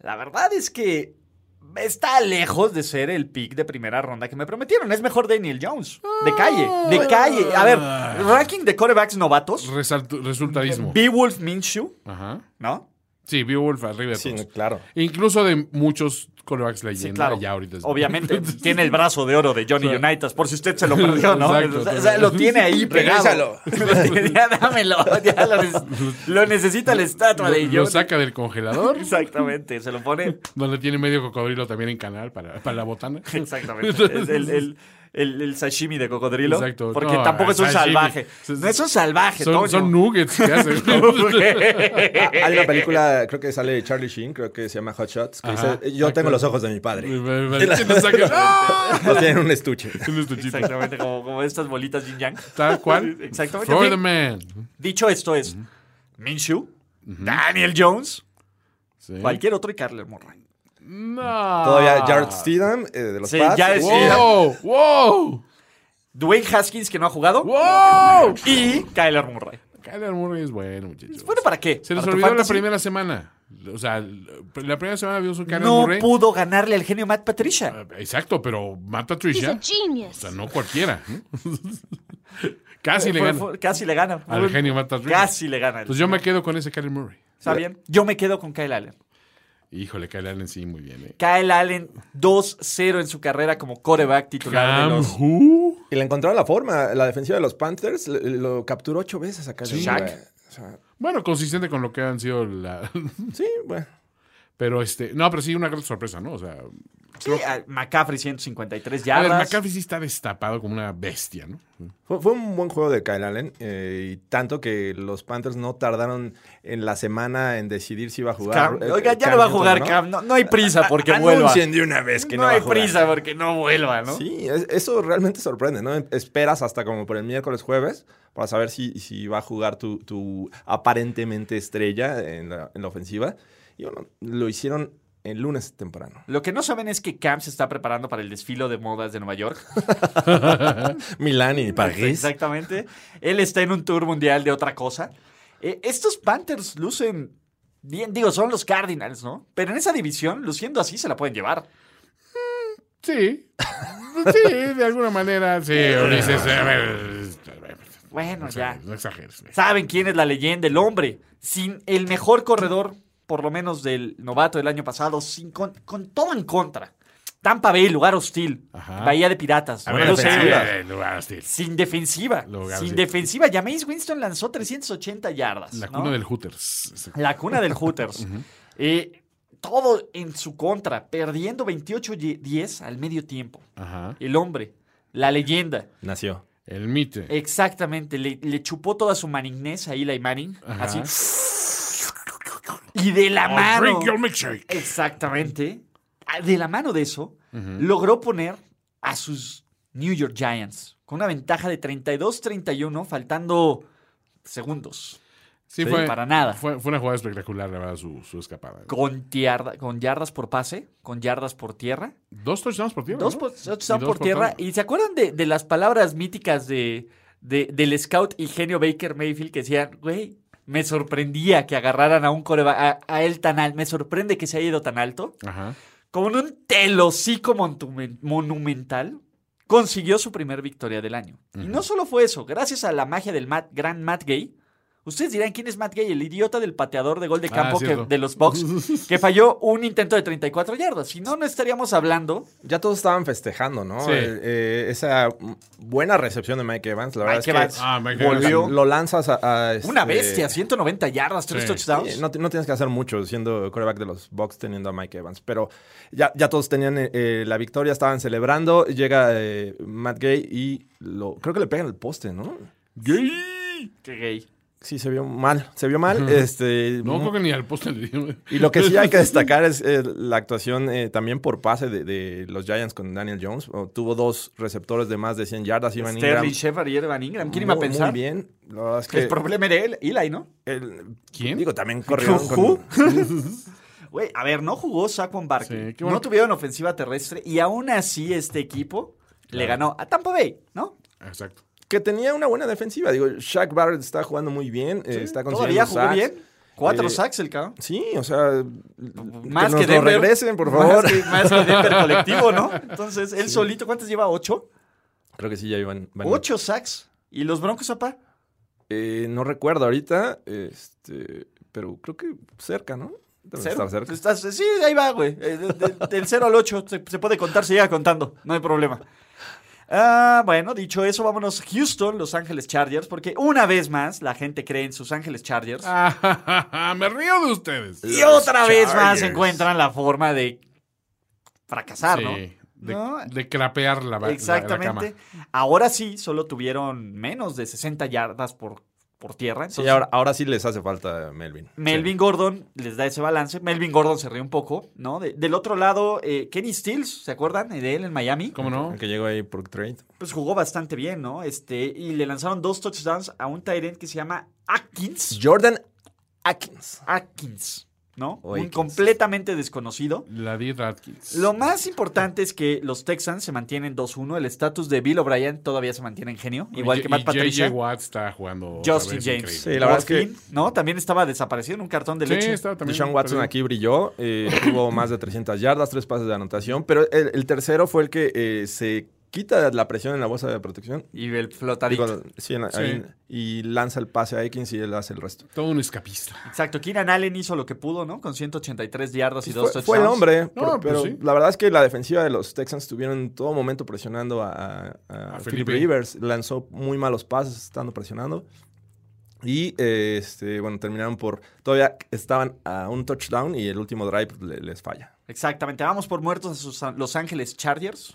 La verdad es que está lejos de ser el pick de primera ronda que me prometieron. Es mejor Daniel Jones. De calle,
Ah.
de calle. A ver, ranking de corebacks novatos.
Resaltu- resultadismo.
Beowulf Minshew,
Ajá.
¿no?
Sí, Beowulf arriba de
Sí,
todos.
claro.
Incluso de muchos corebacks leyenda
Sí, claro.
ya ahorita. es-
Obviamente tiene el brazo de oro de Johnny Unitas, por si usted se lo perdió, ¿no?
Exacto,
O sea, o sea, lo tiene ahí pegado. ya dámelo, ya lo, neces- lo necesita la estatua de
lo, lo
Johnny.
saca del congelador,
Exactamente, se lo pone
donde tiene medio cocodrilo también en canal para, para la botana.
Exactamente. Es el, el- el- el sashimi de cocodrilo.
Exacto.
Porque
No,
tampoco es un
sashimi.
salvaje.
Se-
No es un salvaje,
Son,
Toño.
son nuggets que hacen.
Ah, Hay una película, creo que sale Charlie Sheen, creo que se llama Hot Shots, que
Ajá,
dice, yo tengo los ojos de mi padre.
Que te saquen- ¡Ah!
Los tiene en un estuche.
En este chip.
Exactamente, como, como estas bolitas yin yang.
Tal cual.
Exactamente.
For
Sí.
the man.
Dicho esto es Minshew, Daniel Jones,
Sí.
cualquier otro y Carler Murray.
No.
Todavía Jared Steedham eh, de los
Ah. Sí,
Pats.
ya es-
Wow, wow,
Dwayne Haskins, que no ha jugado.
wow.
Y Kyler Murray.
Kyler Murray es bueno, muchachos.
Bueno, ¿para qué?
Se les
¿Para tu
olvidó la
fantasy?
primera semana. O sea, la primera semana vimos un Kyler
No
Murray.
pudo ganarle al genio Matt Patricia.
Exacto, pero mata a
He's a
Trisha. O
genius.
sea, no cualquiera. ¿no? Casi le
Fue-
gana.
fue- casi le gana.
Al genio Matt Patricia.
Casi le gana.
Pues yo me quedo con ese Kyler Murray.
¿Está bien? Yo me quedo con Kyle Allen.
Híjole, Kyle Allen sí, muy bien. ¿eh?
Kyle Allen 2-0 en su carrera como coreback titular de
Cam
los.
Who?
Y le encontraron la forma. La defensiva de los Panthers le- lo capturó ocho veces acá.
Shaq.
O sea,
Bueno, consistente con lo que han sido la...
sí, bueno.
Pero este, no, pero sí, una gran sorpresa, ¿no? O sea,
Sí, a- McCaffrey 153
a ver,
yardas.
McCaffrey sí está destapado como una bestia, ¿no?
Fue, fue un buen juego de Kyle Allen eh, y tanto que los Panthers no tardaron en la semana en decidir si iba a jugar.
Cam-
eh,
Oiga, ya
Cam
no va a
Newton,
jugar Cam. No, no hay prisa porque
A-
vuelva.
anuncien de una vez que no,
no
va a
hay
jugar.
prisa porque no vuelva, ¿no?
Sí, es- eso realmente sorprende, ¿no? Esperas hasta como por el miércoles jueves para saber si, si va a jugar tu, tu aparentemente estrella en la, en la ofensiva. Y bueno, lo hicieron el lunes temprano.
Lo que no saben es que Cam se está preparando para el desfile de modas de Nueva York.
Milán y París.
Exactamente. Él está en un tour mundial de otra cosa. Eh, estos Panthers lucen bien, digo, son los Cardinals, ¿no? Pero en esa división, luciendo así, se la pueden llevar.
Sí. Sí, de alguna manera, sí, Ulises. A ver,
Eh. Bueno, ya.
no exageres. güey.
Saben quién es la leyenda, el hombre. Sin el mejor corredor, por lo menos del novato del año pasado, sin, con, con todo en contra. Tampa Bay, lugar hostil.
Ajá.
Bahía de Piratas.
A ver,
lugar hostil.
ofensiva. Eh, lo vas a decir.
Sin defensiva.
Lugar
sin
hostil.
defensiva. Jameis Winston lanzó 380 yardas.
La
¿no?
cuna del Hooters.
La cuna del Hooters. Eh, todo en su contra, perdiendo 28-10 al medio tiempo.
Ajá.
El hombre, la leyenda,
Nació.
El
Eh,
mite.
exactamente, le, le chupó toda su manignez a Eli Manning. Así. Y de la
Oh,
mano.
drink your milkshake.
Exactamente. Ah, De la mano de eso, logró poner a sus New York Giants con una ventaja de 32-31, faltando segundos.
Sí,
Sí,
fue,
para nada.
Fue, fue una jugada espectacular, la verdad, su, su escapada.
Con, tiarda- con yardas por pase, con yardas por tierra.
Dos touchdowns por tierra.
Dos
¿no?
po-
Y
touchdowns
dos
por tierra.
touchdown.
¿Y se acuerdan de, de las palabras míticas de, de- del scout y genio Baker Mayfield que decían, güey, me sorprendía que agarraran a un coreback, a, a él tan alto, me sorprende que se haya ido tan alto?
Ajá.
Con un telocico montumen- monumental, consiguió su primer victoria del año. Y no solo fue eso, gracias a la magia del Matt- gran Matt Gay. Ustedes dirán, ¿quién es Matt Gay? El idiota del pateador de gol de
Ah,
campo que-
cierto.
de los Bucks, que falló un intento de 34 yardas. Si no, no estaríamos hablando
Ya todos estaban festejando, ¿no?
Sí.
Eh, eh, esa mm, buena recepción de Mike Evans, la verdad
Mike
es que
Evans.
Ah, me
volvió. Lo lanzas a... a,
Una
este,
bestia, 190 yardas, 3
Sí.
touchdowns.
Sí, no, ti- no tienes que hacer mucho siendo quarterback de los Bucks teniendo a Mike Evans. Pero ya, ya todos tenían eh, eh, la victoria, estaban celebrando. Llega eh, Matt Gay y lo, creo que le pegan el poste, ¿no?
Qué gay.
Sí, se vio mal. Se vio mal. este,
No,
mm,
creo que ni al poste le dio. ¿eh?
Y lo que sí hay que destacar es eh, la actuación eh, también por pase de, de los Giants con Daniel Jones. O, tuvo dos receptores de más de 100 yardas. Ivan Ingram.
Sterling Shepard y Evan Ingram. ¿Quién iba
muy,
a pensar?
Muy bien. La verdad es que
El problema era él, Eli, ¿no?
el-
¿Quién?
digo, también corrió
¿Who?
con...
Güey, a ver, no jugó Saquon Barkley.
Sí, qué bueno
No
que-
tuvieron ofensiva terrestre y aún así este equipo le ganó a Tampa Bay, ¿no?
Exacto.
que tenía una buena defensiva. Digo, Shaq Barrett está jugando muy bien, eh, está consiguiendo
Todavía jugó
sacks.
bien. Cuatro
Eh,
sacks el cabrón.
Sí, o sea,
Más
que,
que,
nos lo
Denver.
regresen, por
Más
favor.
que- Más que, Denver colectivo, ¿no? Entonces, él solito, ¿cuántos lleva? ¿Ocho?
Creo que sí, ya iban. van-
Ocho sacks. ¿Y los Broncos, papá?
Eh, no recuerdo ahorita, este, pero creo que cerca, ¿no? Deben
Cero.
estar cerca.
Estás- sí, ahí va, güey. Eh, de- de- del 0 al 8 se, se puede contar, se llega contando. No hay problema. Ah, bueno, dicho eso, vámonos Houston, Los Ángeles Chargers, porque una vez más la gente cree en sus Ángeles Chargers.
Ah, Me río de ustedes.
y otra vez más
Chargers.
encuentran la forma de fracasar, ¿no?
Sí, de,
No.
de crapear la, ba- la- la
Exactamente.
cama.
Ahora sí, solo tuvieron menos de 60 yardas por, por tierra.
Sí,
entonces-
ahora, ahora sí les hace falta Melvin.
Melvin Gordon les da ese balance. Melvin Gordon se ríe un poco, ¿no? De- del otro lado, eh, Kenny Stills, ¿se acuerdan de él en Miami?
¿Cómo no?
Que llegó ahí por trade.
Pues jugó bastante bien, ¿no? Este, y le lanzaron dos touchdowns a un Tyrant que se llama Atkins.
Jordan Atkins.
Atkins, ¿no?
O
Un
Akins.
completamente desconocido.
La dieta Atkins.
Lo más importante es que los Texans se mantienen 2-1. El estatus de Bill O'Brien todavía se mantiene en genio, igual
Y-
que Matt
y
Patricia.
JJ Watt está jugando. otra
Justin
vez
James.
Sí,
increíble.
la verdad es
Por
que-
fin, ¿no? También estaba desaparecido en un cartón de leche.
Sí, estaba también.
Deshaun Watson
perdido.
aquí brilló, eh, tuvo más de 300 yardas, tres pases de anotación, pero el, el tercero fue el que eh, se quita la presión en la bolsa de protección.
Y el flotadito.
Digo, sí, en la-
Sí.
ahí, y lanza el pase a Aikens y él hace el resto.
Todo un escapista.
Exacto, Keenan Allen hizo lo que pudo, ¿no? Con 183 yardas y dos
Fue,
touchdowns.
fue el hombre,
No, pues
por- pero
sí.
la verdad es que la defensiva de los Texans estuvieron en todo momento presionando a, a- a
A
Philip
Felipe.
Rivers. Lanzó muy malos pases estando presionando. Y eh, este, bueno, terminaron por. Todavía estaban a un touchdown y el último drive le- les falla.
Exactamente, vamos por muertos a sus Los Ángeles Chargers.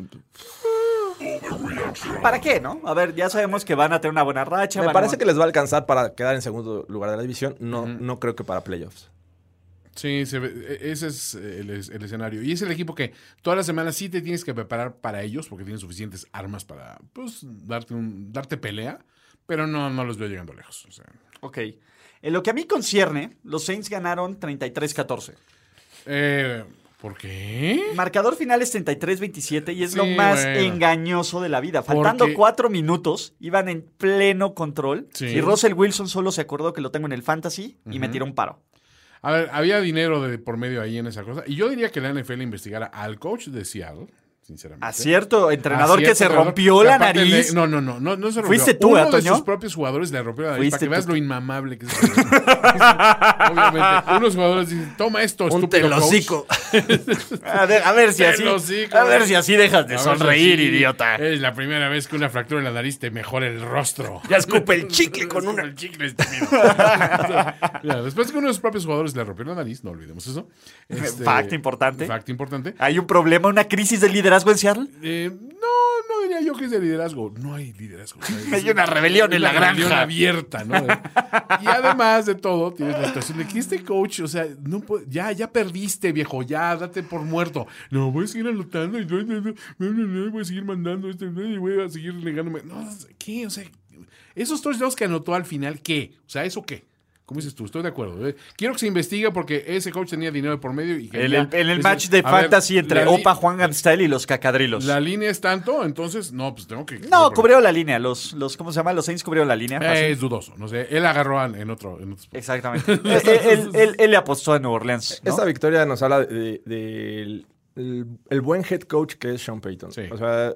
¿Para qué, no? A ver, ya sabemos que van a tener una buena racha.
Me
van a-
parece que les va a alcanzar para quedar en segundo lugar de la división. No, no creo que para playoffs.
Sí, se ve- e- ese es el, es- el escenario. Y es el equipo que todas las semanas sí te tienes que preparar para ellos porque tienen suficientes armas para pues, darte, un, darte pelea, pero no, no los veo llegando lejos. O sea,
Ok. En lo que a mí concierne, los Saints ganaron 33-14.
eh, ¿Por qué?
Marcador final es 33-27 y es
Sí,
lo más
bueno.
engañoso de la vida. Faltando
Porque-
cuatro minutos, iban en pleno control
Sí.
y Russell Wilson solo se acordó que lo tengo en el fantasy y me tiró un paro.
A ver, había dinero de por medio ahí en esa cosa. Y yo diría que la NFL investigara al coach de Seattle, sinceramente.
A cierto entrenador
Así
que
es,
se
entrenador.
rompió
Que
la
aparte
nariz.
le- no, no, no, no, no se rompió.
¿Fuiste tú,
Uno
eh,
de
Toño?
sus propios jugadores le rompió la nariz. Para
Fuiste
que veas
tú.
lo inmamable que es. ese señor. Obviamente. Unos jugadores dicen, toma esto, estúpido coach".
A ver, a ver si así.
Telocico.
A ver si así dejas de
eh. A ver,
sonreír,
así, Eh,
idiota.
Es la primera vez que una fractura en la nariz te mejora el rostro.
Ya escupe el chicle con
Es como
una.
el chicle estúpido. O sea, mira, después que uno de sus propios jugadores le rompió la nariz, no olvidemos eso.
Fact importante.
Facto importante.
¿Hay un problema, una crisis de liderazgo en Seattle?
Eh, no, no diría yo que es de liderazgo. No hay liderazgo.
Hay una rebelión en la
Una rebelión
granja.
abierta, ¿no? y además de todo, tienes la situación de que este coach, o sea, no puede- ya, ya perdiste, viejo, ya, date por muerto. No, voy a seguir anotando y no, no, no, no, no, no, voy a seguir mandando este, no, y voy a seguir legándome. No, ¿qué? O sea, esos touchdowns que anotó al final, ¿qué? O sea, ¿eso qué? ¿Cómo dices tú? Estoy de acuerdo. eh. Quiero que se investigue porque ese coach tenía dinero de por medio y
En
quería-
el, en el
Eso-
match de
A ver,
fantasy entre
la li-
Opa, Juan Amstel y los cacadrilos.
la línea es tanto, entonces, no, pues tengo que.
No, cubrió la línea. Los, los, ¿cómo se llama? Los Saints cubrieron la línea. fácil.
Eh, es dudoso, no sé. Él agarró al- en otro. En otro spot.
Exactamente. Eh, eh, él, él- él le apostó a Nueva Orleans. ¿no?
Esta victoria nos habla del de, del- el- el buen head coach que es Sean Payton.
Sí.
O sea,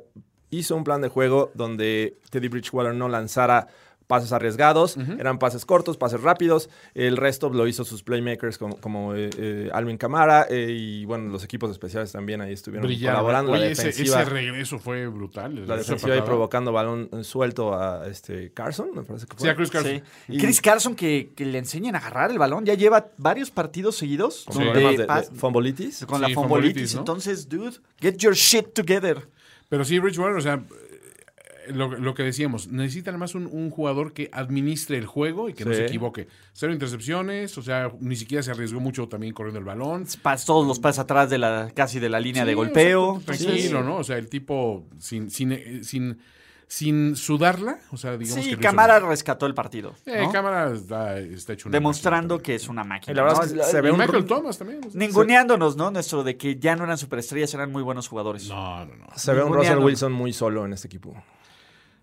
hizo un plan de juego donde Teddy Bridgewater no lanzara pases arriesgados, eran pases cortos, pases rápidos. El resto lo hizo sus playmakers como, como, eh, eh, Alvin Kamara eh, y bueno, los equipos especiales también ahí estuvieron
Brillaron.
colaborando. la
Oye, ese,
defensiva-
ese regreso fue brutal. el
la
regreso de
defensiva ahí
patada.
provocando balón eh, suelto a este Carson, me parece que fue.
Sí, a Chris Carson.
Sí. Chris Carson que, que le enseñen a agarrar el balón. Ya lleva varios partidos seguidos
Con
donde
problemas de,
pas-
de fumbleitis.
con
Sí,
la
fombolitis,
fombolitis.
¿no?
Entonces, dude, get your shit together.
Pero sí, Bridgewater, o sea, eh, lo, lo que decíamos, necesitan más un, un jugador que administre el juego y que no
Sí.
se equivoque. Cero intercepciones, o sea, ni siquiera se arriesgó mucho también corriendo el balón.
Pas- todos los pases atrás de la, casi de la línea de
Pues Sí,
golpeo.
o sea, tranquilo, ¿no? O sea, el tipo sin, sin, eh, sin, sin sudarla, o sea, digamos que
Sí,
lo hizo
Cámara
bien.
rescató el partido.
Eh,
¿no?
Cámara está, está hecho una
Demostrando
máquina.
que es una máquina.
Y la verdad
¿no?
es que se ve
Y
un
Michael Thomas también. o sea.
Ninguneándonos, ¿no? Nuestro de que ya no eran superestrellas, eran muy buenos jugadores.
No, no, no.
Se ve un
Ninguneando.
Russell Wilson muy solo en este equipo.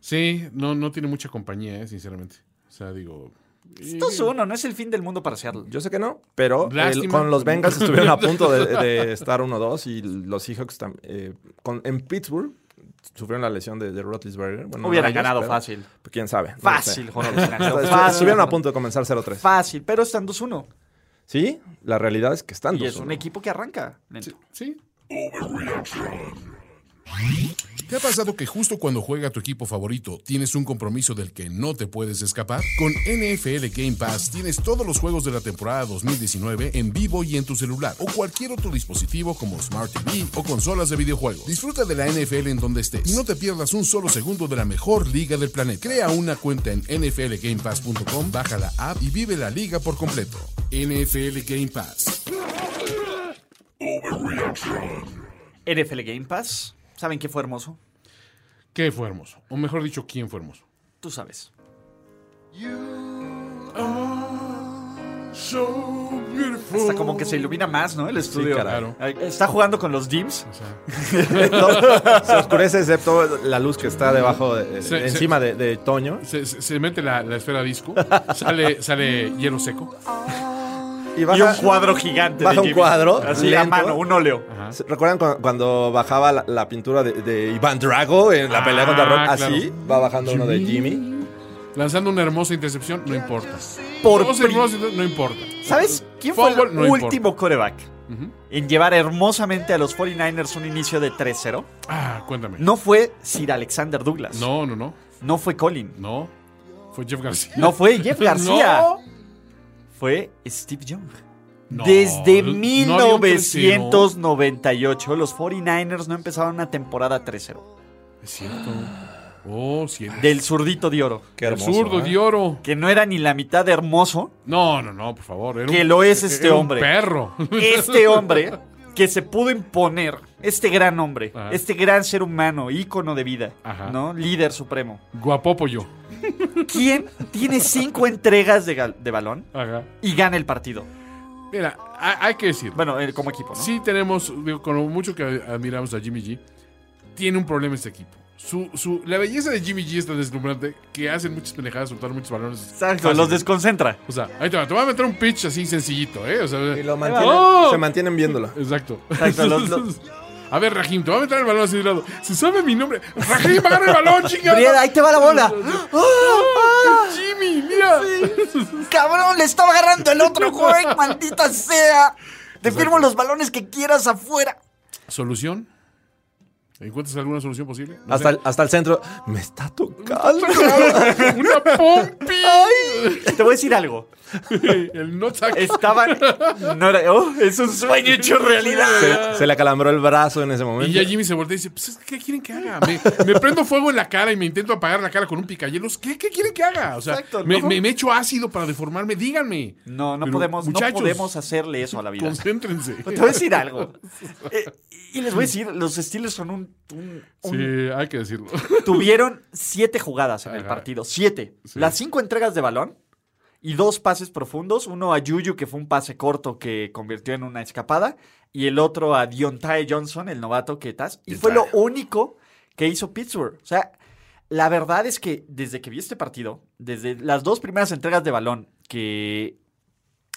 Sí, no, no tiene mucha compañía, eh, sinceramente. O sea, digo.
Esto es uno, no es el fin del mundo para Seattle.
Yo sé que no, pero
Lástima.
el- con los Bengals estuvieron a punto de, de estar 1-2 y los Seahawks tam- eh, con- en Pittsburgh sufrieron la lesión de, de Roethlisberger. Bueno, no
Hubieran
ellos,
ganado
pero-
fácil.
pero Quién sabe. no lo
Fácil,
sé.
Jorge.
O sea, estu-
Fácil.
Estuvieron a punto de comenzar 0-3.
Fácil, pero están 2-1.
Sí, la realidad es que están
Y es
2-1.
un equipo que arranca. lento.
Sí.
¿Te ha pasado que justo cuando juega tu equipo favorito tienes un compromiso del que no te puedes escapar? Con NFL Game Pass tienes todos los juegos de la temporada 2019 en vivo y en tu celular o cualquier otro dispositivo como Smart TV o consolas de videojuegos. Disfruta de la NFL en donde estés y no te pierdas un solo segundo de la mejor liga del planeta. Crea una cuenta en nflgamepass.com, baja la app y vive la liga por completo. NFL Game Pass.
NFL Game Pass. ¿Saben qué fue hermoso?
¿Qué fue hermoso? O mejor dicho, ¿quién fue hermoso?
Tú sabes.
Ah,
Hasta como que se ilumina más, ¿no? El estudio.
caray.
Ay, Está jugando con los Dims.
Se oscurece excepto la luz que está debajo, de-
Sí, sí.
encima de, de Toño.
Se, se- se mete la, la esfera disco, sale, sale hielo seco.
Y,
Y un
baja-
cuadro gigante.
baja
de
un
Jimmy.
cuadro,
Así a
lento.
mano, un óleo.
¿Se- ¿Recuerdan cu- cuando, bajaba la, la pintura de, de Iván Drago en la pelea
Ah,
contra Rock?
claro.
Así va bajando uno de Jimmy.
Lanzando una hermosa intercepción, no importa.
Por
Dos
pri-
hermosas inter- no importa.
¿Sabes quién fue
Fumble,
el
no
último coreback en llevar hermosamente a los 49ers un inicio de 3-0?
Ah, cuéntame.
No fue Sir Alexander Douglas.
No, no, no.
No fue Colin.
No. Fue Jeff García.
No fue Jeff García.
No.
Fue Steve Young.
No,
Desde
no había un
1998, los 49ers no empezaron una temporada 3-0.
Es cierto. Oh, cierto.
Del zurdito de oro.
Qué hermoso.
Absurdo,
¿eh?
de oro.
Que no era ni la mitad de hermoso.
No, no, no, por favor. era
Que
un-
lo es este
era un
hombre.
perro.
Este hombre que se pudo imponer. Este gran hombre.
Ajá.
Este gran ser humano. ícono de vida.
Ajá.
¿No? Líder supremo.
Guapopo yo.
¿Quién tiene cinco entregas de, gal- de balón
Ajá.
y gana el partido?
Mira, ha- hay que decir.
Bueno, eh, como equipo, ¿no?
Sí tenemos, digo, con lo mucho que admiramos a Jimmy G, tiene un problema este equipo. Su, su, la belleza de Jimmy G es tan deslumbrante que hacen muchas pendejadas, soltar muchos balones.
Exacto,
fáciles.
los desconcentra.
O sea, ahí te va, te voy a meter un pitch así sencillito, ¿eh? O sea,
Y lo mantienen-
¡Oh!
Se mantienen viéndolo.
Exacto.
Exacto, los- los-
A ver, Rajim, te voy a meter el balón así de lado. Se sabe mi nombre. Rajim, agarra el balón, chingada.
Brieda, ahí te va la bola. ¡Ah!
Jimmy, mira.
¡Cabrón! ¡Le estaba agarrando el otro güey! ¡Maldita sea! Te firmo los balones que quieras afuera.
¿Solución? ¿Encuentras alguna solución posible? No
Hasta
sé.
el, hasta el centro. Me está tocando.
¡Una pompi!
Te voy a decir algo.
El no
Estaban. No era- oh, es un sueño hecho realidad.
Se, se le acalambró el brazo en ese
Y
momento.
ya Jimmy se voltea y dice, pues, ¿qué quieren que haga? Me, me prendo fuego en la cara y me intento apagar la cara con un picayelos. ¿Qué, qué quieren que haga? O sea,
Exacto,
me,
¿no?
me, me echo ácido para deformarme. Díganme.
No, no
Pero,
podemos, no
muchachos,
podemos hacerle eso a la vida.
Concéntrense.
Te voy a decir algo. Eh, y les voy a decir, los Steelers son un. un- un-
Sí, hay que decirlo.
Tuvieron siete jugadas en el
Ajá.
partido. Siete. Las cinco entregas de balón y dos pases profundos. Uno a Juju, que fue un pase corto que convirtió en una escapada. Y el otro a Diontae Johnson, el novato que estás. Y fue lo único que hizo Pittsburgh. O sea, la verdad es que desde que vi este partido, desde las dos primeras entregas de balón que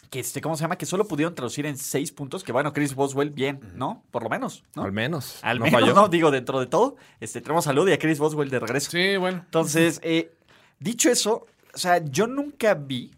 que este, ¿cómo se llama? Que solo pudieron traducir en seis puntos, que bueno, Chris Boswell, bien, ¿no? Por lo menos, ¿no?
Al menos.
Al
no
menos,
falló.
¿no? Digo, dentro de todo, este, tenemos salud y a Chris Boswell de regreso.
Sí, bueno.
Entonces, eh, dicho eso, o sea, yo nunca vi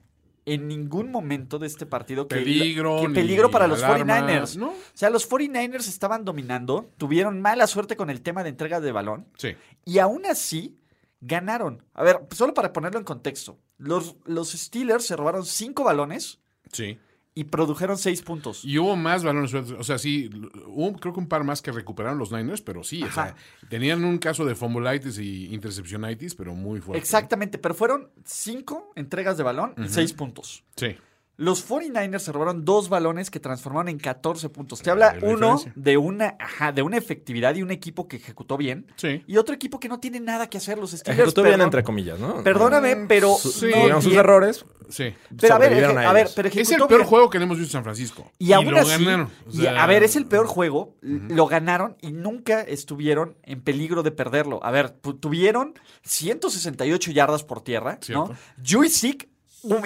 en ningún momento de este partido que
Peligro,
que
ni
peligro para los
alarma,
49ers.
¿no?
O sea, los 49ers estaban dominando, tuvieron mala suerte con el tema de entrega de balón
Sí.
y aún así ganaron. A ver, solo para ponerlo en contexto, los, los Steelers se robaron cinco balones
Sí.
y produjeron seis puntos.
Y hubo más balones sueltos. O sea, sí, hubo creo que un par más que recuperaron los Niners, pero sí. O sea,
Ajá.
tenían un caso de fumbleitis y interceptionitis, pero muy fuerte.
Exactamente, pero fueron cinco entregas de balón y seis puntos.
Sí.
Los 49ers se robaron dos balones que transformaron en 14 puntos. Te habla
Ahí la
uno
diferencia.
de una, ajá, de una efectividad y un equipo que ejecutó bien.
Sí.
Y otro equipo que no tiene nada que hacer, los Steelers.
Ejecutó bien,
perdón-
entre comillas, ¿no?
Perdóname, pero.
Su-
no
tuvieron sus
tiene-
errores.
Sí.
Pero a ver,
sobrevivieron
eje-
a
a ver,
ellos.
pero
Es el
ejecutó
peor
bien.
juego que le hemos visto en San Francisco.
Y aún
lo
así,
ganaron. O
y
sea,
a ver, es el peor juego. l- Lo ganaron y nunca estuvieron en peligro de perderlo. A ver, pu- tuvieron 168 yardas por tierra,
Cierto.
¿no? Juisic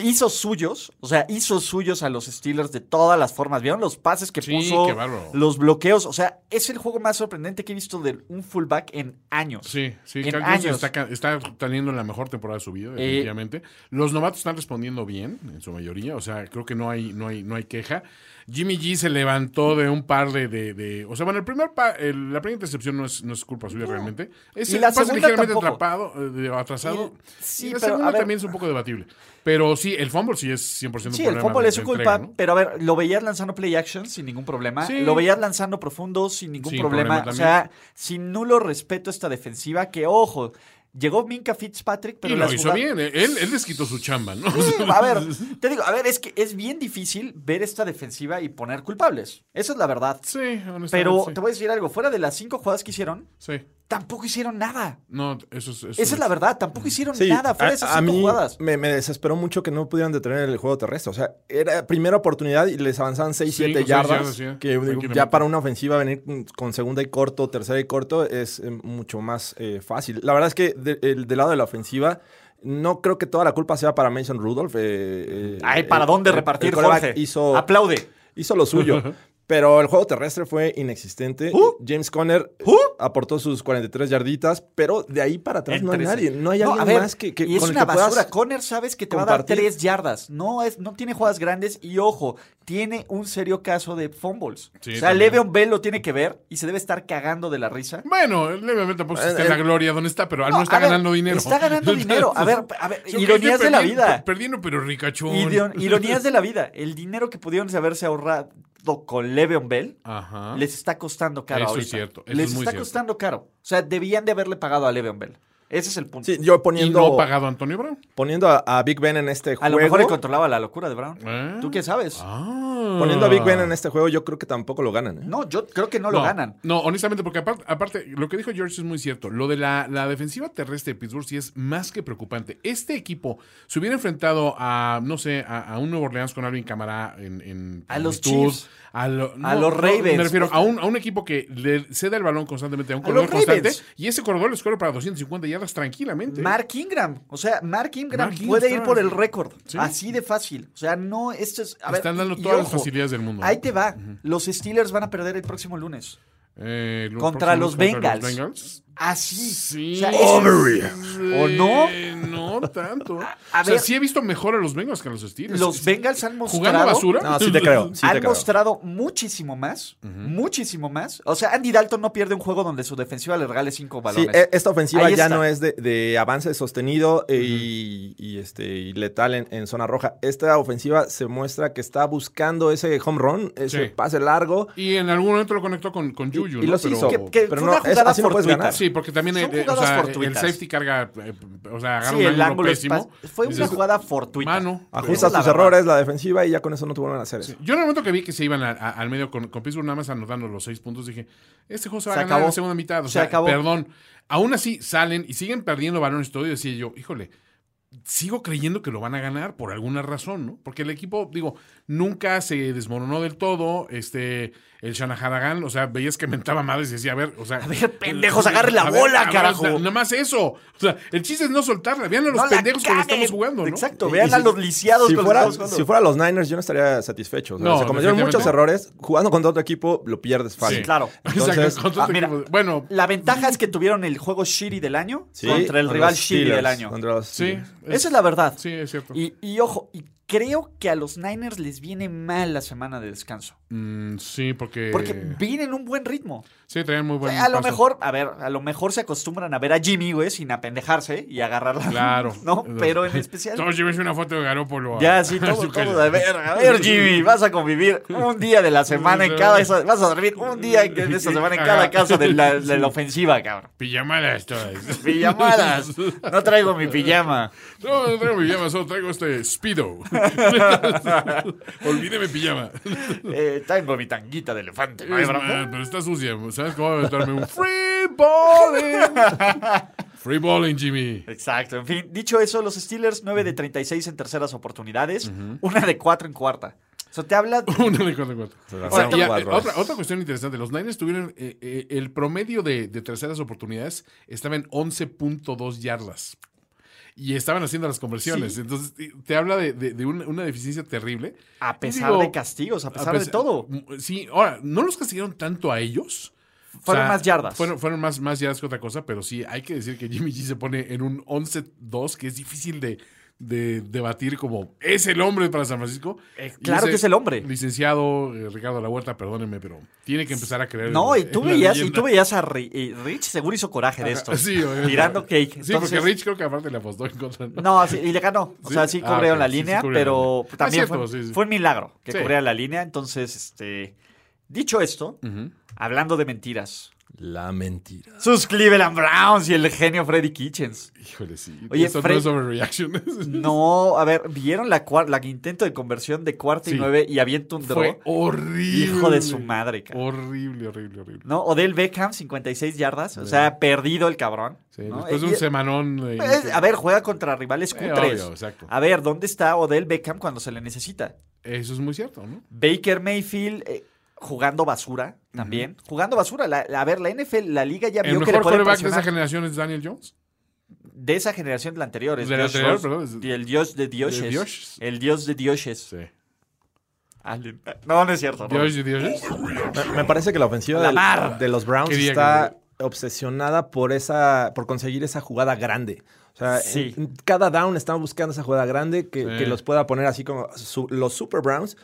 hizo suyos, o sea, hizo suyos a los Steelers de todas las formas. ¿Vieron los pases que
Sí,
puso?
qué bárbaro.
Los bloqueos. O sea, es el juego más sorprendente que he visto de un fullback en años.
Sí, sí,
En
Kirk Cousins
años. Eh,
Está, ca- está teniendo la mejor temporada de su vida, definitivamente. Los novatos están respondiendo bien, en su mayoría. O sea, creo que no hay, no hay, no hay queja. Jimmy G se levantó de un par de. de- de- o sea, bueno, el primer pa- el- la primera intercepción no es, no es culpa suya realmente. Es
Y
el
la
pase
segunda
ligeramente
tampoco.
atrapado, eh, de- atrasado.
Y- sí,
y la
pero, a
segunda
ver.
también es un poco debatible. Pero sí, el fumble sí es 100% un
Sí, el
problema
fútbol
de-
es su
de
culpa,
entrega, ¿no?
pero a ver, lo veías lanzando play action sin ningún problema,
Sí.
lo veías lanzando profundo sin ningún
Sin
problema,
problema
o sea, sin nulo respeto a esta defensiva que, ojo, llegó Minka Fitzpatrick, pero
y
las
lo hizo
jugadas-
bien. eh. Él, él les quitó su chamba, ¿no?
Sí, a ver, te digo, a ver, es que es bien difícil ver esta defensiva y poner culpables, esa es la verdad,
Sí, honestamente.
pero
sí.
te voy a decir algo, fuera de las cinco jugadas que hicieron,
Sí.
tampoco hicieron nada,
No, eso es. eso
esa es la verdad, tampoco hicieron
Sí,
nada fuera de esas
a, a
cinco
mí
jugadas.
me, me desesperó mucho que no pudieran detener el juego terrestre. O sea, era primera oportunidad y les avanzaban 6,
Sí,
7
seis yardas,
yardas.
sí,
que digo,
tranquilamente.
ya para una ofensiva venir con- con segunda y corto, tercera y corto es eh, mucho más eh, fácil. La verdad es que de- el- del lado de la ofensiva, no creo que toda la culpa sea para Mason Rudolph. eh, eh,
Ay, ¿para
el-
dónde
el- el
repartir,
quarterback
Jorge?
Hizo,
Aplaude.
hizo lo suyo. Pero el juego terrestre fue inexistente.
¿Who?
James Conner
¿Who?
aportó sus 43 yarditas, pero de ahí para atrás
En
no hay
13.
nadie. No hay
a
alguien
ver,
más que, que-
y es
con el
una
que puedas-
basura. Conner sabes que te va a dar
compartir.
tres yardas. No, es, no tiene jugadas grandes y ojo, tiene un serio caso de fumbles.
Sí,
o sea,
también.
Le'Veon Bell lo tiene que ver y se debe estar cagando de la risa.
Bueno, levemente tampoco está
Eh,
en la
eh.
gloria donde está, pero al menos
No,
está
a ver,
ganando dinero.
Está ganando dinero. A ver, a ver,
Yo creo
ironías
que
de la
perdiendo-
vida.
Perdiendo, pero ricachón.
Ideo- Ironías de la vida. El dinero que pudieron haberse ahorrado con Le'Veon Bell
Ajá.
les está costando caro
Eso es
ahorita.
cierto, eso
les
es muy
está
cierto.
costando caro. O sea, debían de haberle pagado a Le'Veon Bell. Ese es el punto.
Sí, yo
Y
poniendo,
no pagado a Antonio Brown.
poniendo a, a Big Ben en este juego.
A lo mejor le controlaba la locura de Brown.
¿Eh?
¿Tú qué sabes?
Ah.
Poniendo a Big Ben en este juego, yo creo que tampoco lo ganan. ¿eh?
No, yo creo que no, lo ganan.
No, honestamente, porque aparte, aparte, lo que dijo George es muy cierto. Lo de la, la defensiva terrestre de Pittsburgh sí es más que preocupante. Este equipo se hubiera enfrentado a, no sé, a, a un Nuevo Orleans con Alvin Camará en, en
A los
plenitud,
Chiefs.
A, lo-
A los Ravens.
me refiero a un, a un equipo que le ceda el balón constantemente a un
A
corredor
los Ravens.
constante y ese corredor les corre para 250 yardas tranquilamente.
Mark Ingram. O sea, Mark Ingram
Mark
puede
Ingram.
ir por el récord.
Sí.
Así de fácil. O sea, no, esto es. a ver,
Están dando
y- y
todas las
ojo,
facilidades del mundo.
Ahí te va. Los Steelers van a perder el próximo lunes.
Eh, los
Contra
próximos-
los
contra
Bengals.
Bengals.
Así.
Sí.
O sea, ese es- ¿O no?
Eh, No tanto.
a
o sea,
ver.
sí he visto mejor a los Bengals que a los Steelers.
Los Bengals han mostrado.
¿Jugando basura?
No, sí te creo. Sí te
han
creo.
mostrado muchísimo más, muchísimo más. O sea, Andy Dalton no pierde un juego donde su defensiva le regale cinco
Sí,
balones.
e- esta ofensiva
Ahí
ya
está.
no es de, de avance sostenido eh, y, y, este, y letal en, en zona roja. Esta ofensiva se muestra que está buscando ese home run, ese
Sí.
pase largo.
Y en algún momento lo conectó con, con Juju.
y
¿no?
los
Pero-
hizo.
que, que
pero
fue
no,
una
es-
jugada
así no puedes
fortuita.
ganar.
Sí, porque también
Son
eh, eh, o
jugadas
sea, el
fortuitas.
safety carga, eh, o sea, agarra
Sí,
un
el
ángulo
ángulo es
pésimo.
pas- Fue una
Dices,
jugada fortuita.
Mano.
Ajustas
Esa
tus
es la verdad.
errores, la defensiva, y ya con eso no tuvieron a hacer eso.
Yo en el momento que vi que se iban a- a- al medio con, con Pittsburgh nada más anotando los seis puntos, dije, este juego se va
Se
a ganar en la
acabó.
segunda mitad. O
Se
sea,
acabó.
perdón. Aún así salen y siguen perdiendo balones todo y decía yo, híjole, sigo creyendo que lo van a ganar por alguna razón, ¿no? Porque el equipo, digo, nunca se desmoronó del todo. Este, el Shanahan, o sea, veías que mentaba madres y decía, a ver, o sea. A
ver, pendejos, agarren la bola, carajo.
Nada más eso. O sea, el chiste es no soltarla. Vean a los
No la
pendejos que le
caguen.
estamos jugando, ¿no?
Exacto,
Y-
vean
y
a
si-
los lisiados
Si
con los
fuera,
que estamos
si
jugando.
fuera los Niners, yo no estaría satisfecho. O sea,
No,
se cometieron muchos
definitivamente.
errores. Jugando contra otro equipo, lo pierdes fácil.
Sí, claro.
Exacto,
Entonces,
contra otro
ah, mira.
equipo. Bueno,
La ventaja es que tuvieron el juego shitty del año
Sí,
contra el
los
rival shitty
Steelers,
del año.
contra los
sí.
Steelers.
Esa es la verdad.
Sí, es cierto.
Y, y ojo, y creo que a los Niners les viene mal la semana de descanso.
Mm, sí, porque.
Porque vienen un buen ritmo.
Sí, traían muy Eh. buen.
a lo
paso.
mejor, a ver, a lo mejor se acostumbran a ver a Jimmy, güey, sin apendejarse y agarrarla.
Claro.
¿No? Pero en especial.
Todos llévense una foto de Garópolo. a-
Ya, sí,
a
todo,
su
todo.
casa.
A ver, a ver, Jimmy, vas a convivir un día de la semana en cada. esa- Vas a dormir un día en- de esta semana en cada casa de la, de la ofensiva, cabrón.
Pijamadas todas.
Pijamadas. No traigo mi pijama.
No, no traigo pijama, solo traigo este Speedo. Olvídeme pijama.
Eh, traigo mi tanguita de elefante. ¿no hay
Es
bronca?
más, pero está sucia. ¿Sabes cómo va a aventarme un free balling? Free balling, Jimmy.
Exacto, en fin. Dicho eso, los Steelers 9 de 36 en terceras oportunidades, una de 4 en cuarta. Eso te habla
Una de cuatro, cuatro.
Claro,
Ahora, y a-
cuatro.
otra, otra cuestión interesante. Los Niners tuvieron eh, eh, el promedio de, de terceras oportunidades estaba en 11.2 yardas. Y estaban haciendo las conversiones. Entonces, te- te habla de, de- de una, una deficiencia terrible.
a pesar
Digo,
de castigos, a pesar de
pesar-
todo.
Mm, Sí, ahora, no los castigaron tanto a ellos. O
Fueron
sea,
más yardas.
Fueron, fueron más, más yardas que otra cosa, pero sí, hay que decir que Jimmy G se pone en un 11-2 que es difícil de de debatir como es el hombre para San Francisco.
Eh,
Y
claro que es el hombre.
Licenciado eh, Ricardo La Huerta, perdónenme, pero tiene que empezar a creer.
no,
en
y
la-
tú,
en la
veías, y
leyenda.
tú veías a Ri- y Rich, seguro hizo coraje de esto.
Sí, obviamente.
tirando cake.
Sí, porque
Entonces-
Rich creo que aparte le apostó en contra. ¿no?
No, sí, y le ganó. O
¿Sí?
sea, sí
Ah,
cubrieron
ok,
la
sí, sí
línea,
cubrieron la
pero
línea. Ah,
también
cierto,
fue,
sí, sí.
fue un milagro que
Sí.
cubrieran la línea. Entonces, este. Dicho esto, hablando de mentiras,
La mentira.
sus Cleveland Browns y el genio Freddy Kitchens.
Híjole, sí.
Oye,
Eso
Fred-
no es overreaction.
No, a ver, ¿vieron la, cuar- la intento de conversión de cuarta
Sí.
y nueve y avienta un draw?
Fue horrible.
Hijo de su madre, cara.
Horrible, horrible, horrible.
¿No? Odell Beckham, 56 yardas. O sea, perdido el cabrón.
Sí,
¿no?
Después de
Eh,
un
y-
semanón. eh,
es- a ver, juega contra rivales
Eh,
Q3.
obvio, exacto.
A ver, ¿dónde está Odell Beckham cuando se le necesita?
Eso es muy cierto, ¿no?
Baker Mayfield eh, jugando basura también. Jugando basura. La- la- a ver, la NFL, la liga ya
El
vio que le
mejor
puede
quarterback de esa
presionar.
generación es Daniel Jones.
de esa generación, la anterior. es
De la
Josh
anterior,
Rosen,
perdón, es-
y el dios de dioses.
Dioses.
El dios de dioses.
Sí.
Allen. No, no es cierto. Robert.
Dios, Dios.
Me- Me parece que la ofensiva del- de los Browns
Quería
está obsesionada por esa por conseguir esa jugada grande. O sea,
Sí.
en- en cada down están buscando esa jugada grande que,
Sí.
que los pueda poner así como su- los Super Browns.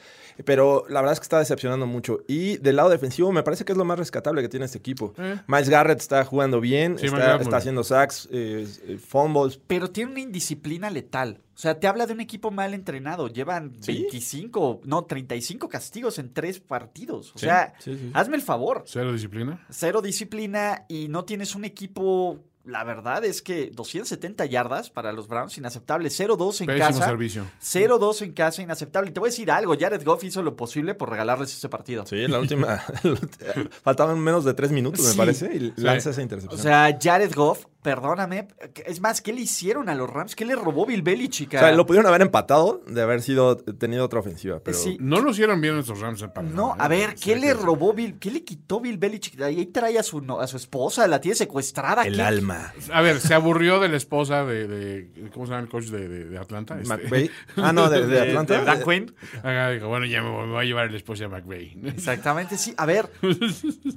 Pero la verdad es que está decepcionando mucho. Y del lado defensivo, me parece que es lo más rescatable que tiene este equipo.
Eh.
Mm.
Miles Garrett está jugando bien,
Sí, Miles
está,
Garrett muy
está
bien.
haciendo sacks, eh, eh, fumbles.
Pero tiene una indisciplina letal. O sea, te habla de un equipo mal entrenado. Llevan
Sí.
25, no, 35 castigos en tres partidos. O
Sí,
sea,
sí, sí.
hazme el favor.
Cero disciplina.
Cero disciplina y no tienes un equipo. La verdad es que 270 yardas para los Browns, inaceptable. 0-2 en
Pésimo
casa.
servicio.
0-2 en casa, inaceptable. Y te voy a decir algo. Jared Goff hizo lo posible por regalarles ese partido.
Sí, la última. faltaban menos de tres minutos, me
Sí.
parece, y lanza esa intercepción.
O sea, Jared Goff, perdóname. Es más, ¿qué le hicieron a los Rams? ¿Qué le robó Bill Belichick?
O
a-
sea, lo pudieron haber empatado de haber sido tenido otra ofensiva, pero
Sí.
No lo hicieron bien estos Rams en Panamá,
No,
¿eh?
a ver, ¿qué
Sí,
le
que-
robó Bill? ¿Qué le quitó Bill Belichick? Ahí trae a su, no- a su esposa, la tiene secuestrada.
el
¿qué-
alma.
A ver, se aburrió de la esposa de, de- ¿cómo se llama el coach de, de- de Atlanta? Este-
McVay. Ah, no, de, de
de-
Atlanta. Eh,
de Dan Quinn.
Ajá, dijo, bueno, ya me voy, me voy a llevar la esposa de McVay.
Exactamente, sí. A ver,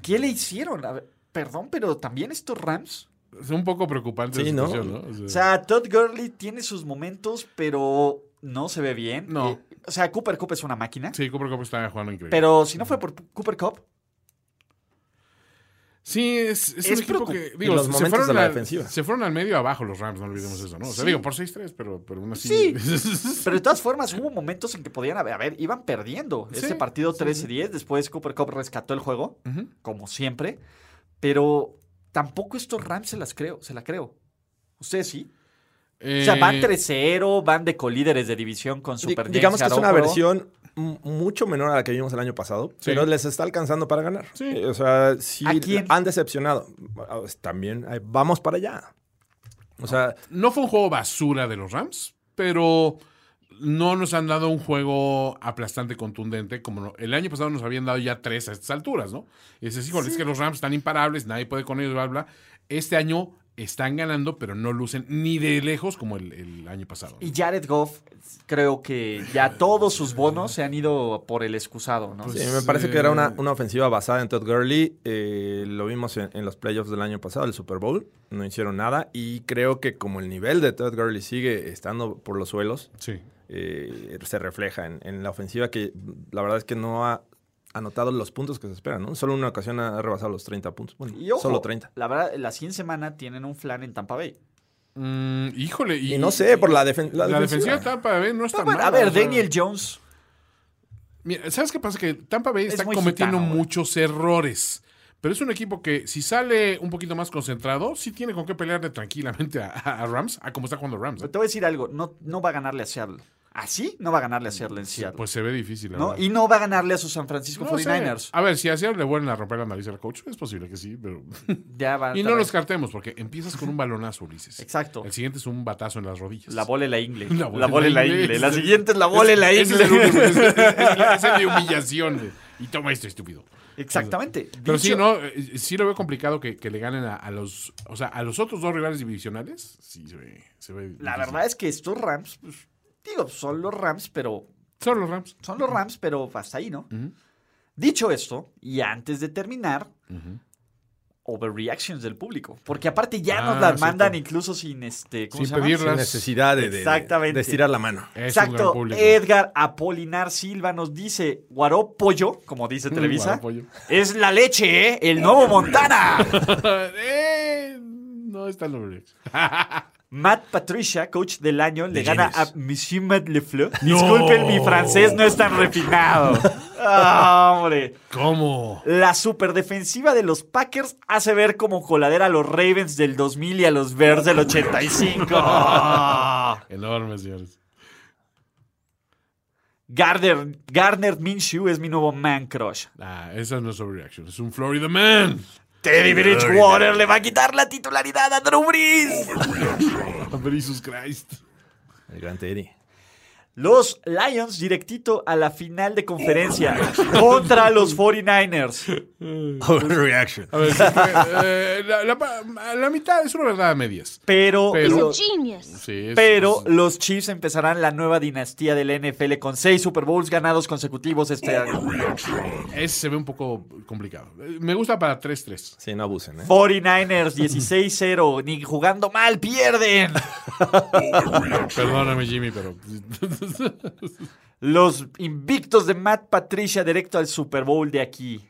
¿qué le hicieron? A ver, perdón, pero también estos Rams.
Es un poco preocupante
Sí,
la
¿no?
situación, ¿no?
O
O sea,
sea, Todd Gurley tiene sus momentos, pero no se ve bien.
No.
Eh, o sea, Cooper Cup es una máquina.
sí, Cooper Cup está jugando increíble.
Pero si no fue por Cooper Cup,
sí, es, es,
es
un equipo
preocup-
que...
Y los momentos de la
al-
defensiva.
se fueron al medio abajo los Rams, no olvidemos eso, ¿no? O sea,
Sí.
digo, por 6-3, pero, pero aún así...
Sí. Pero de todas formas, hubo momentos en que podían haber, a ver, iban perdiendo.
Sí,
este partido 13-10, después Cooper Cup rescató el juego,
Ujú.
como siempre. Pero tampoco estos Rams se las creo, se la creo. Ustedes sí. O sea, van
Eh,
3-0, van de colíderes de división con
Di-
Super
Digamos que
James
es una
Garoppolo.
versión m- mucho menor a la que vimos el año pasado,
Sí.
pero les está alcanzando para ganar.
Sí.
Eh, O sea, sí
¿A quién?
han decepcionado. Ah, pues, También eh, vamos para allá. O sea,
No fue un juego basura de los Rams, pero no nos han dado un juego aplastante, contundente, como no- el año pasado nos habían dado ya tres a estas alturas, ¿no? Y dices, híjole, es que los Rams están imparables, nadie puede con ellos, bla, bla. Este año están ganando, pero no lucen ni de lejos como el, el año pasado. ¿no?
Y Jared Goff, creo que ya todos sus bonos se han ido por el excusado, ¿no?
Pues-
sí, me parece que era una,
eh,
una ofensiva basada en Todd Gurley. Eh, lo vimos en, en los playoffs del año pasado, el Super Bowl. No hicieron nada y creo que como el nivel de Todd Gurley sigue estando por los suelos,
Sí.
eh, se refleja en, en la ofensiva que la verdad es que no ha anotado los puntos que se esperan, ¿no? Solo una ocasión ha rebasado los 30 puntos. Bueno,
Y ojo,
solo 30.
La verdad, la siguiente semana tienen un flan en Tampa Bay.
Mm, híjole. Y,
Y no sé, por la, defen-
La,
la
defensiva de Tampa Bay no está
Pero bueno,
mal.
a ver,
o sea,
Daniel Jones.
Mira, ¿sabes qué pasa? Que Tampa Bay
Es
está
muy
cometiendo
gitano, güey.
muchos errores. Pero es un equipo que, si sale un poquito más concentrado, sí tiene con qué pelearle tranquilamente a, a- a Rams, a como está jugando Rams. ¿eh?
Te voy a decir algo, no, no va a ganarle a Seattle. ¿Así? No va a ganarle a Seattle en Seattle.
Pues se ve difícil. la
¿no?
verdad.
Y no va a ganarle a sus San Francisco
No sé. Ah,
49ers.
A ver, si a Seattle le vuelven a romper la nariz al coach, es posible que sí, pero.
Ya van
y
a
no lo
traer-
descartemos, porque empiezas con un balonazo, Ulises.
Exacto.
El siguiente es un batazo en las rodillas.
La bola y la ingle.
La
La
bola
bola,
y
y
la
la
ingle.
ingle. La siguiente es la bola y la
Ese es el último, es-
ingle.
es- es- es el de humillación. güey. Y toma esto, estúpido.
Exactamente.
Pero sí,
Dicho-
¿no? Eh, Sí lo veo complicado que, que le ganen a, a los. O sea, a los otros dos rivales divisionales. Sí, se ve. se ve
La
difícil.
verdad es que estos Rams, pues, digo, son los Rams, pero
Son los Rams.
son los Rams, pero hasta ahí, ¿no? Dicho esto, y antes de terminar, overreactions del público. Porque aparte ya
Ah,
nos las
cierto.
mandan incluso sin este. ¿cómo
Sin
se llama?
pedirlas.
necesidad de, de-
Exactamente.
de estirar la mano.
Es un gran
Exacto.
público.
Edgar Apolinar Silva nos dice: Guaró Pollo, como
Mm,
dice Televisa,
Guaropollo.
es la leche, ¿eh? El nuevo Montana.
Eh, no está el nombre.
Matt Patricia, coach del año, le gana a Monsieur Matt Lefleur.
No.
Disculpen, mi francés no es tan refinado. Ah, hombre.
¿Cómo?
La superdefensiva de los Packers hace ver como coladera a los Ravens del 2000 y a los Bears del 85.
Enorme, señores.
Gardner, Gardner Minshew es mi nuevo man crush.
Ah, esa no es overreaction. Es un Florida Man.
Teddy Bridgewater le va a quitar la titularidad a Drew Brees.
Jesus Christ.
El gran Teddy.
Los Lions directito a la final de conferencia contra los 49ers.
Overreaction.
A ver, sí fue, eh, la, la pa- la mitad es una verdad a medias.
Pero,
Pero-
los,
Genius.
Sí, es-
pero los Chiefs empezarán la nueva dinastía del NFL con seis Super Bowls ganados consecutivos este año.
ese se ve un poco complicado. Eh, Me gusta para 3-3.
Sí, no abusen, ¿eh?
49ers 16-0, ni jugando mal pierden.
Perdóname, Jimmy, pero.
Los invictos de Matt Patricia directo al Super Bowl de aquí.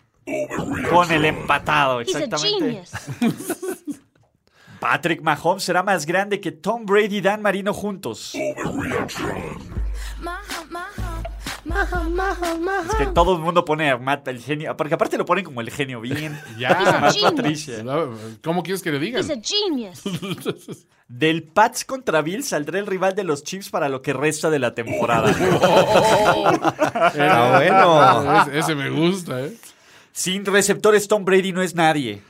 Con el empatado,
He's a
exactamente.
genius.
Patrick Mahomes será más grande que Tom Brady y Dan Marino juntos. Es que todo el mundo pone a Matt el genio, porque aparte lo ponen como el genio bien.
ya.
Matt Patricia.
¿Cómo quieres que le digan?
He's a genius.
Del Pats contra Bill saldrá el rival de los Chiefs para lo que resta de la temporada.
Ah, bueno.
Ese, ese me gusta, ¿eh?
Sin receptores, Tom Brady no es nadie.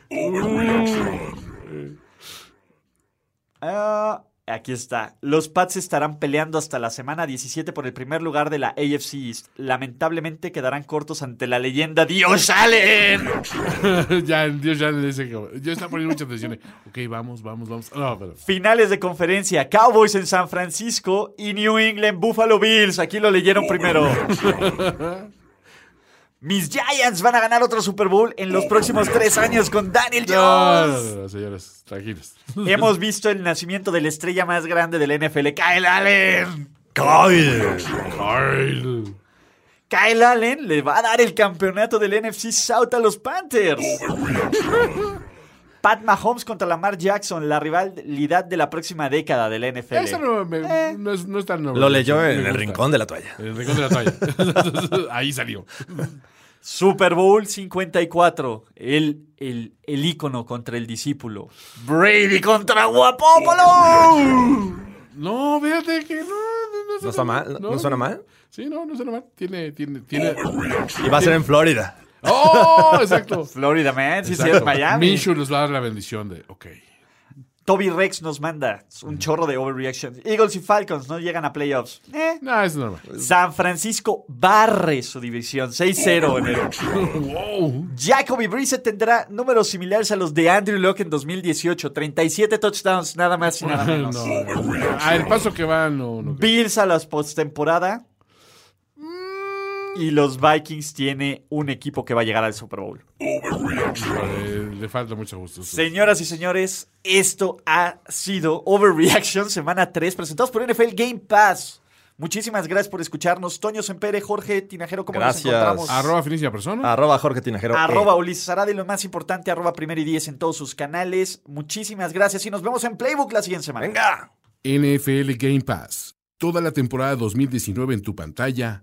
Ah, aquí está. Los Pats estarán peleando hasta la semana 17 por el primer lugar de la AFC East. Lamentablemente quedarán cortos ante la leyenda Dios Allen.
ya, Dios ya le dice que. Yo está poniendo mucha atención. eh. Ok, vamos, vamos, vamos. No, pero.
Finales de conferencia: Cowboys en San Francisco y New England Buffalo Bills. Aquí lo leyeron primero. Mis Giants van a ganar otro Super Bowl en los próximos tres años con Daniel
No,
Jones.
no, no, señores, tranquilos.
Hemos visto el nacimiento de la estrella más grande del NFL, Kyle Allen.
Kyle.
Kyle Allen le va a dar el campeonato del NFC South a los Panthers. Pat Mahomes contra Lamar Jackson, la rivalidad de la próxima década del
Esa
NFL.
no, me- no es, no es tan noble.
Lo leyó en
Me
el
gusta.
rincón de la toalla.
En el rincón de la toalla. Ahí salió.
Super Bowl 54, el, el, el ícono contra el discípulo. Brady contra Guapopolo.
No, fíjate que no. No, no
¿No
suena
está mal? ¿No- ¿No suena mal?
Sí, no, no suena mal. Tiene, tiene, tiene.
Y va a ser en Florida.
¡Oh! Exacto.
Florida, man, si
Exacto.
es Miami.
Minshew les va a dar la bendición de. Ok.
Toby Rex nos manda un chorro de overreactions. Eagles y Falcons no llegan a playoffs. Eh.
No, es normal.
San Francisco barre su división 6-0 en enero.
wow.
Jacoby Brissett tendrá números similares a los de Andrew Locke en 2018. 37 touchdowns, nada más y nada
No,
menos.
no. A el paso que va, no. no.
Bills a las postemporada. Y los Vikings tiene un equipo que va a llegar al Super Bowl.
Le, Eh, le falta mucho gusto.
Señoras y señores, esto ha sido Overreaction Semana 3, presentados por NFL Game Pass. Muchísimas gracias por escucharnos. Toño Sempere, Jorge Tinajero, ¿cómo
Gracias.
nos encontramos?
Arroba finísima persona.
Arroba Jorge Tinajero.
Arroba
Eh,
Ulises Arada y lo más importante, arroba primero y diez en todos sus canales. Muchísimas gracias y nos vemos en Playbook la siguiente semana.
Venga.
NFL Game Pass, toda la temporada 2019 en tu pantalla,